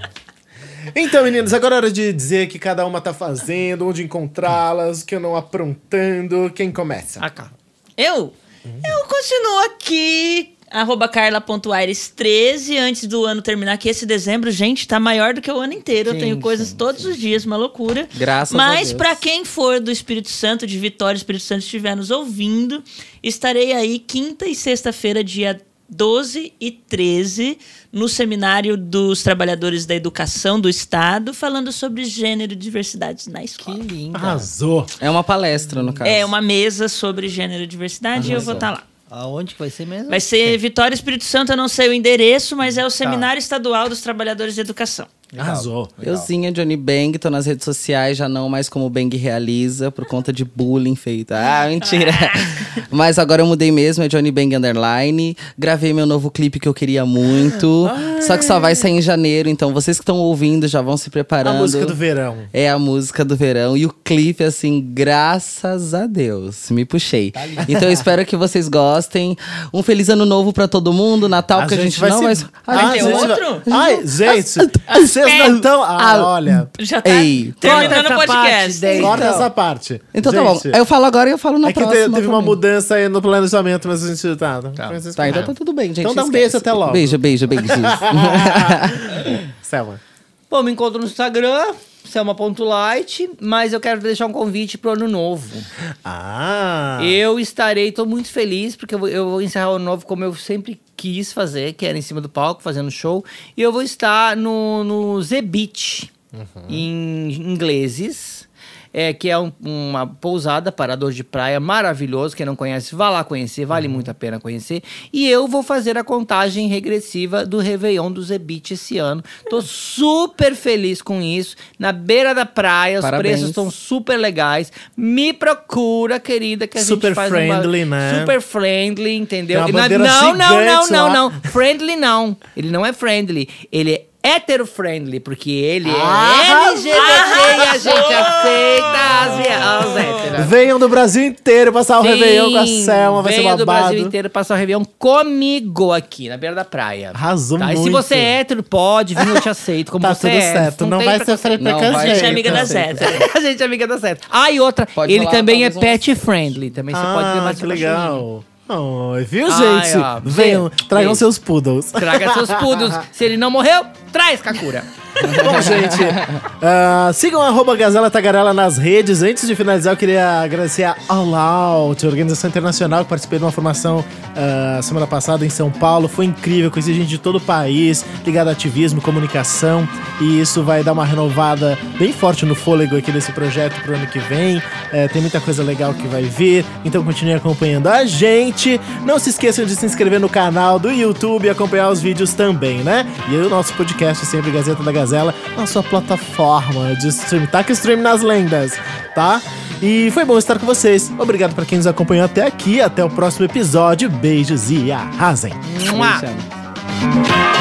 B: Então, meninos, agora é hora de dizer o que cada uma tá fazendo, onde encontrá-las, o que eu não aprontando. Quem começa?
C: Ah, cara.
E: Eu? Eu continuo aqui. Arroba carla.aires13. Antes do ano terminar, que esse dezembro, gente, tá maior do que o ano inteiro. eu
C: Sim,
E: tenho coisas
C: sim,
E: todos os dias, uma loucura.
F: Graças a
E: Mas
F: Deus.
E: pra quem for do Espírito Santo, de Vitória, Espírito Santo, estiver nos ouvindo, estarei aí quinta e sexta-feira, dia 12 e 13, no Seminário dos Trabalhadores da Educação do Estado, falando sobre gênero e diversidades na
C: Que
E: escola.
C: linda.
B: Arrasou.
F: É uma palestra, no caso.
E: É uma mesa sobre gênero e diversidade e eu vou
F: Arrasou.
E: estar lá.
C: Aonde que vai ser mesmo?
E: Vai ser Vitória Espírito Santo, eu não sei o endereço, mas é o Seminário Estadual dos Trabalhadores de Educação.
B: Arrasou.
F: Euzinha, Johnny Bang, tô nas redes sociais, já não mais como Bang Realiza, por conta de bullying feito. Ah, mentira! [laughs] Mas agora eu mudei mesmo, é Johnny Bang Underline. Gravei meu novo clipe que eu queria muito. Só que só vai sair em janeiro, então vocês que estão ouvindo já vão se
B: A
F: preparando.
B: música do verão.
F: É a música do verão. E o clipe, assim, graças a Deus, me puxei.
B: Tá
F: então eu espero que vocês gostem. Um feliz ano novo pra todo mundo. Natal, porque a gente, não é vai.
B: se-
F: Ai,
B: Ah,
E: ter
B: a gente
E: outro?
B: vai- Ai, gente, vocês não estão... Ah, olha,
E: Já tá
F: Ei,
E: terminando
C: corta
E: o
C: essa
E: podcast.
C: parte, Dave.
B: corta essa parte.
F: Então tá
B: Gente,
F: bom. Eu falo agora e eu falo na
B: É que te-
F: próxima.
B: teve uma
F: também.
B: mudança aí no planejamento, mas a gente tá... mas vocês-
F: Tá, então tá tudo bem, gente.
B: Então dá um
F: esquece.
B: beijo, até logo.
F: Beijo, beijo,
B: [laughs]
F: beijo. [laughs]
B: Selma.
C: Bom, me encontro no Instagram, selma.light, mas eu quero deixar um convite pro ano novo.
B: Ah.
C: Eu estarei, tô muito feliz, porque eu vou, eu vou encerrar o ano novo como eu sempre quis fazer, que era em cima do palco, fazendo show. E eu vou estar no, no The Beach, em ingleses. É, que é um- uma pousada, parador de praia maravilhoso. Quem não conhece, vá lá conhecer, vale muito a pena conhecer. E eu vou fazer a contagem regressiva do Réveillon do Zebit esse ano. Tô super feliz com isso. Na beira da praia, os
F: Parabéns.
C: preços estão super legais. Me procura, querida, que a
B: Super
C: gente faz uma-
B: friendly, né?
C: Super friendly, entendeu?
B: Tem uma
C: E na-
B: bandeira
C: não, não, não,
B: gigante
C: não,
B: lá.
C: não. Friendly não. Ele não é friendly. Ele é hétero-friendly, porque ele
F: Ah!
C: é
B: Arrasou!
C: LGBT e a gente aceita as, as héteras.
B: Venham do Brasil inteiro passar o
C: Sim,
B: Réveillon com a Selma, vai ser
C: venha
B: babado.
C: do Brasil inteiro passar o Réveillon comigo aqui, na beira da praia.
B: Arrasou
C: Tá? E se
B: muito.
C: você é hétero, pode vir, eu te aceito. Como
B: Tá
C: você
B: tudo
C: é,
B: certo, não,
C: tem
B: vai
C: preconceito.
B: sofrer
F: Não vai.
B: preconceito.
E: Gente, é amiga da Zeta.
C: [laughs] A gente é amiga da certa. Ah, e outra,
F: Pode
C: ele
F: falar, tá
C: também é
F: talvez, uns-
C: pet friendly. Também você pode levar
B: Ah, que
C: seu cachorrinho.
B: legal. Ai, viu,
C: Ai,
B: gente?
C: ó,
B: Venham,
C: beijo,
B: tragam
C: beijo.
B: seus poodles.
C: Traga seus pudos. Se ele não morreu, traz Kakura.
B: Bom, gente, ah, sigam arroba Gazela Tagarela nas redes. Antes de finalizar, eu queria agradecer a All Out, a organização internacional que participei de uma formação ah, semana passada em São Paulo. Foi incrível, conheci gente de todo o país, ligado a ativismo, comunicação. E isso vai dar uma renovada bem forte no fôlego aqui desse projeto pro ano que vem. Eh, tem muita coisa legal que vai vir, então continue acompanhando a gente. Não se esqueçam de se inscrever no canal do YouTube e acompanhar os vídeos também, né? E aí o nosso podcast sempre Gazeta da Gazela na sua plataforma de stream. Tá que stream nas lendas, tá? E foi bom estar com vocês. Obrigado pra quem nos acompanhou até aqui. Até o próximo episódio. Beijos e arrasem!
C: Mua.
F: Beijo.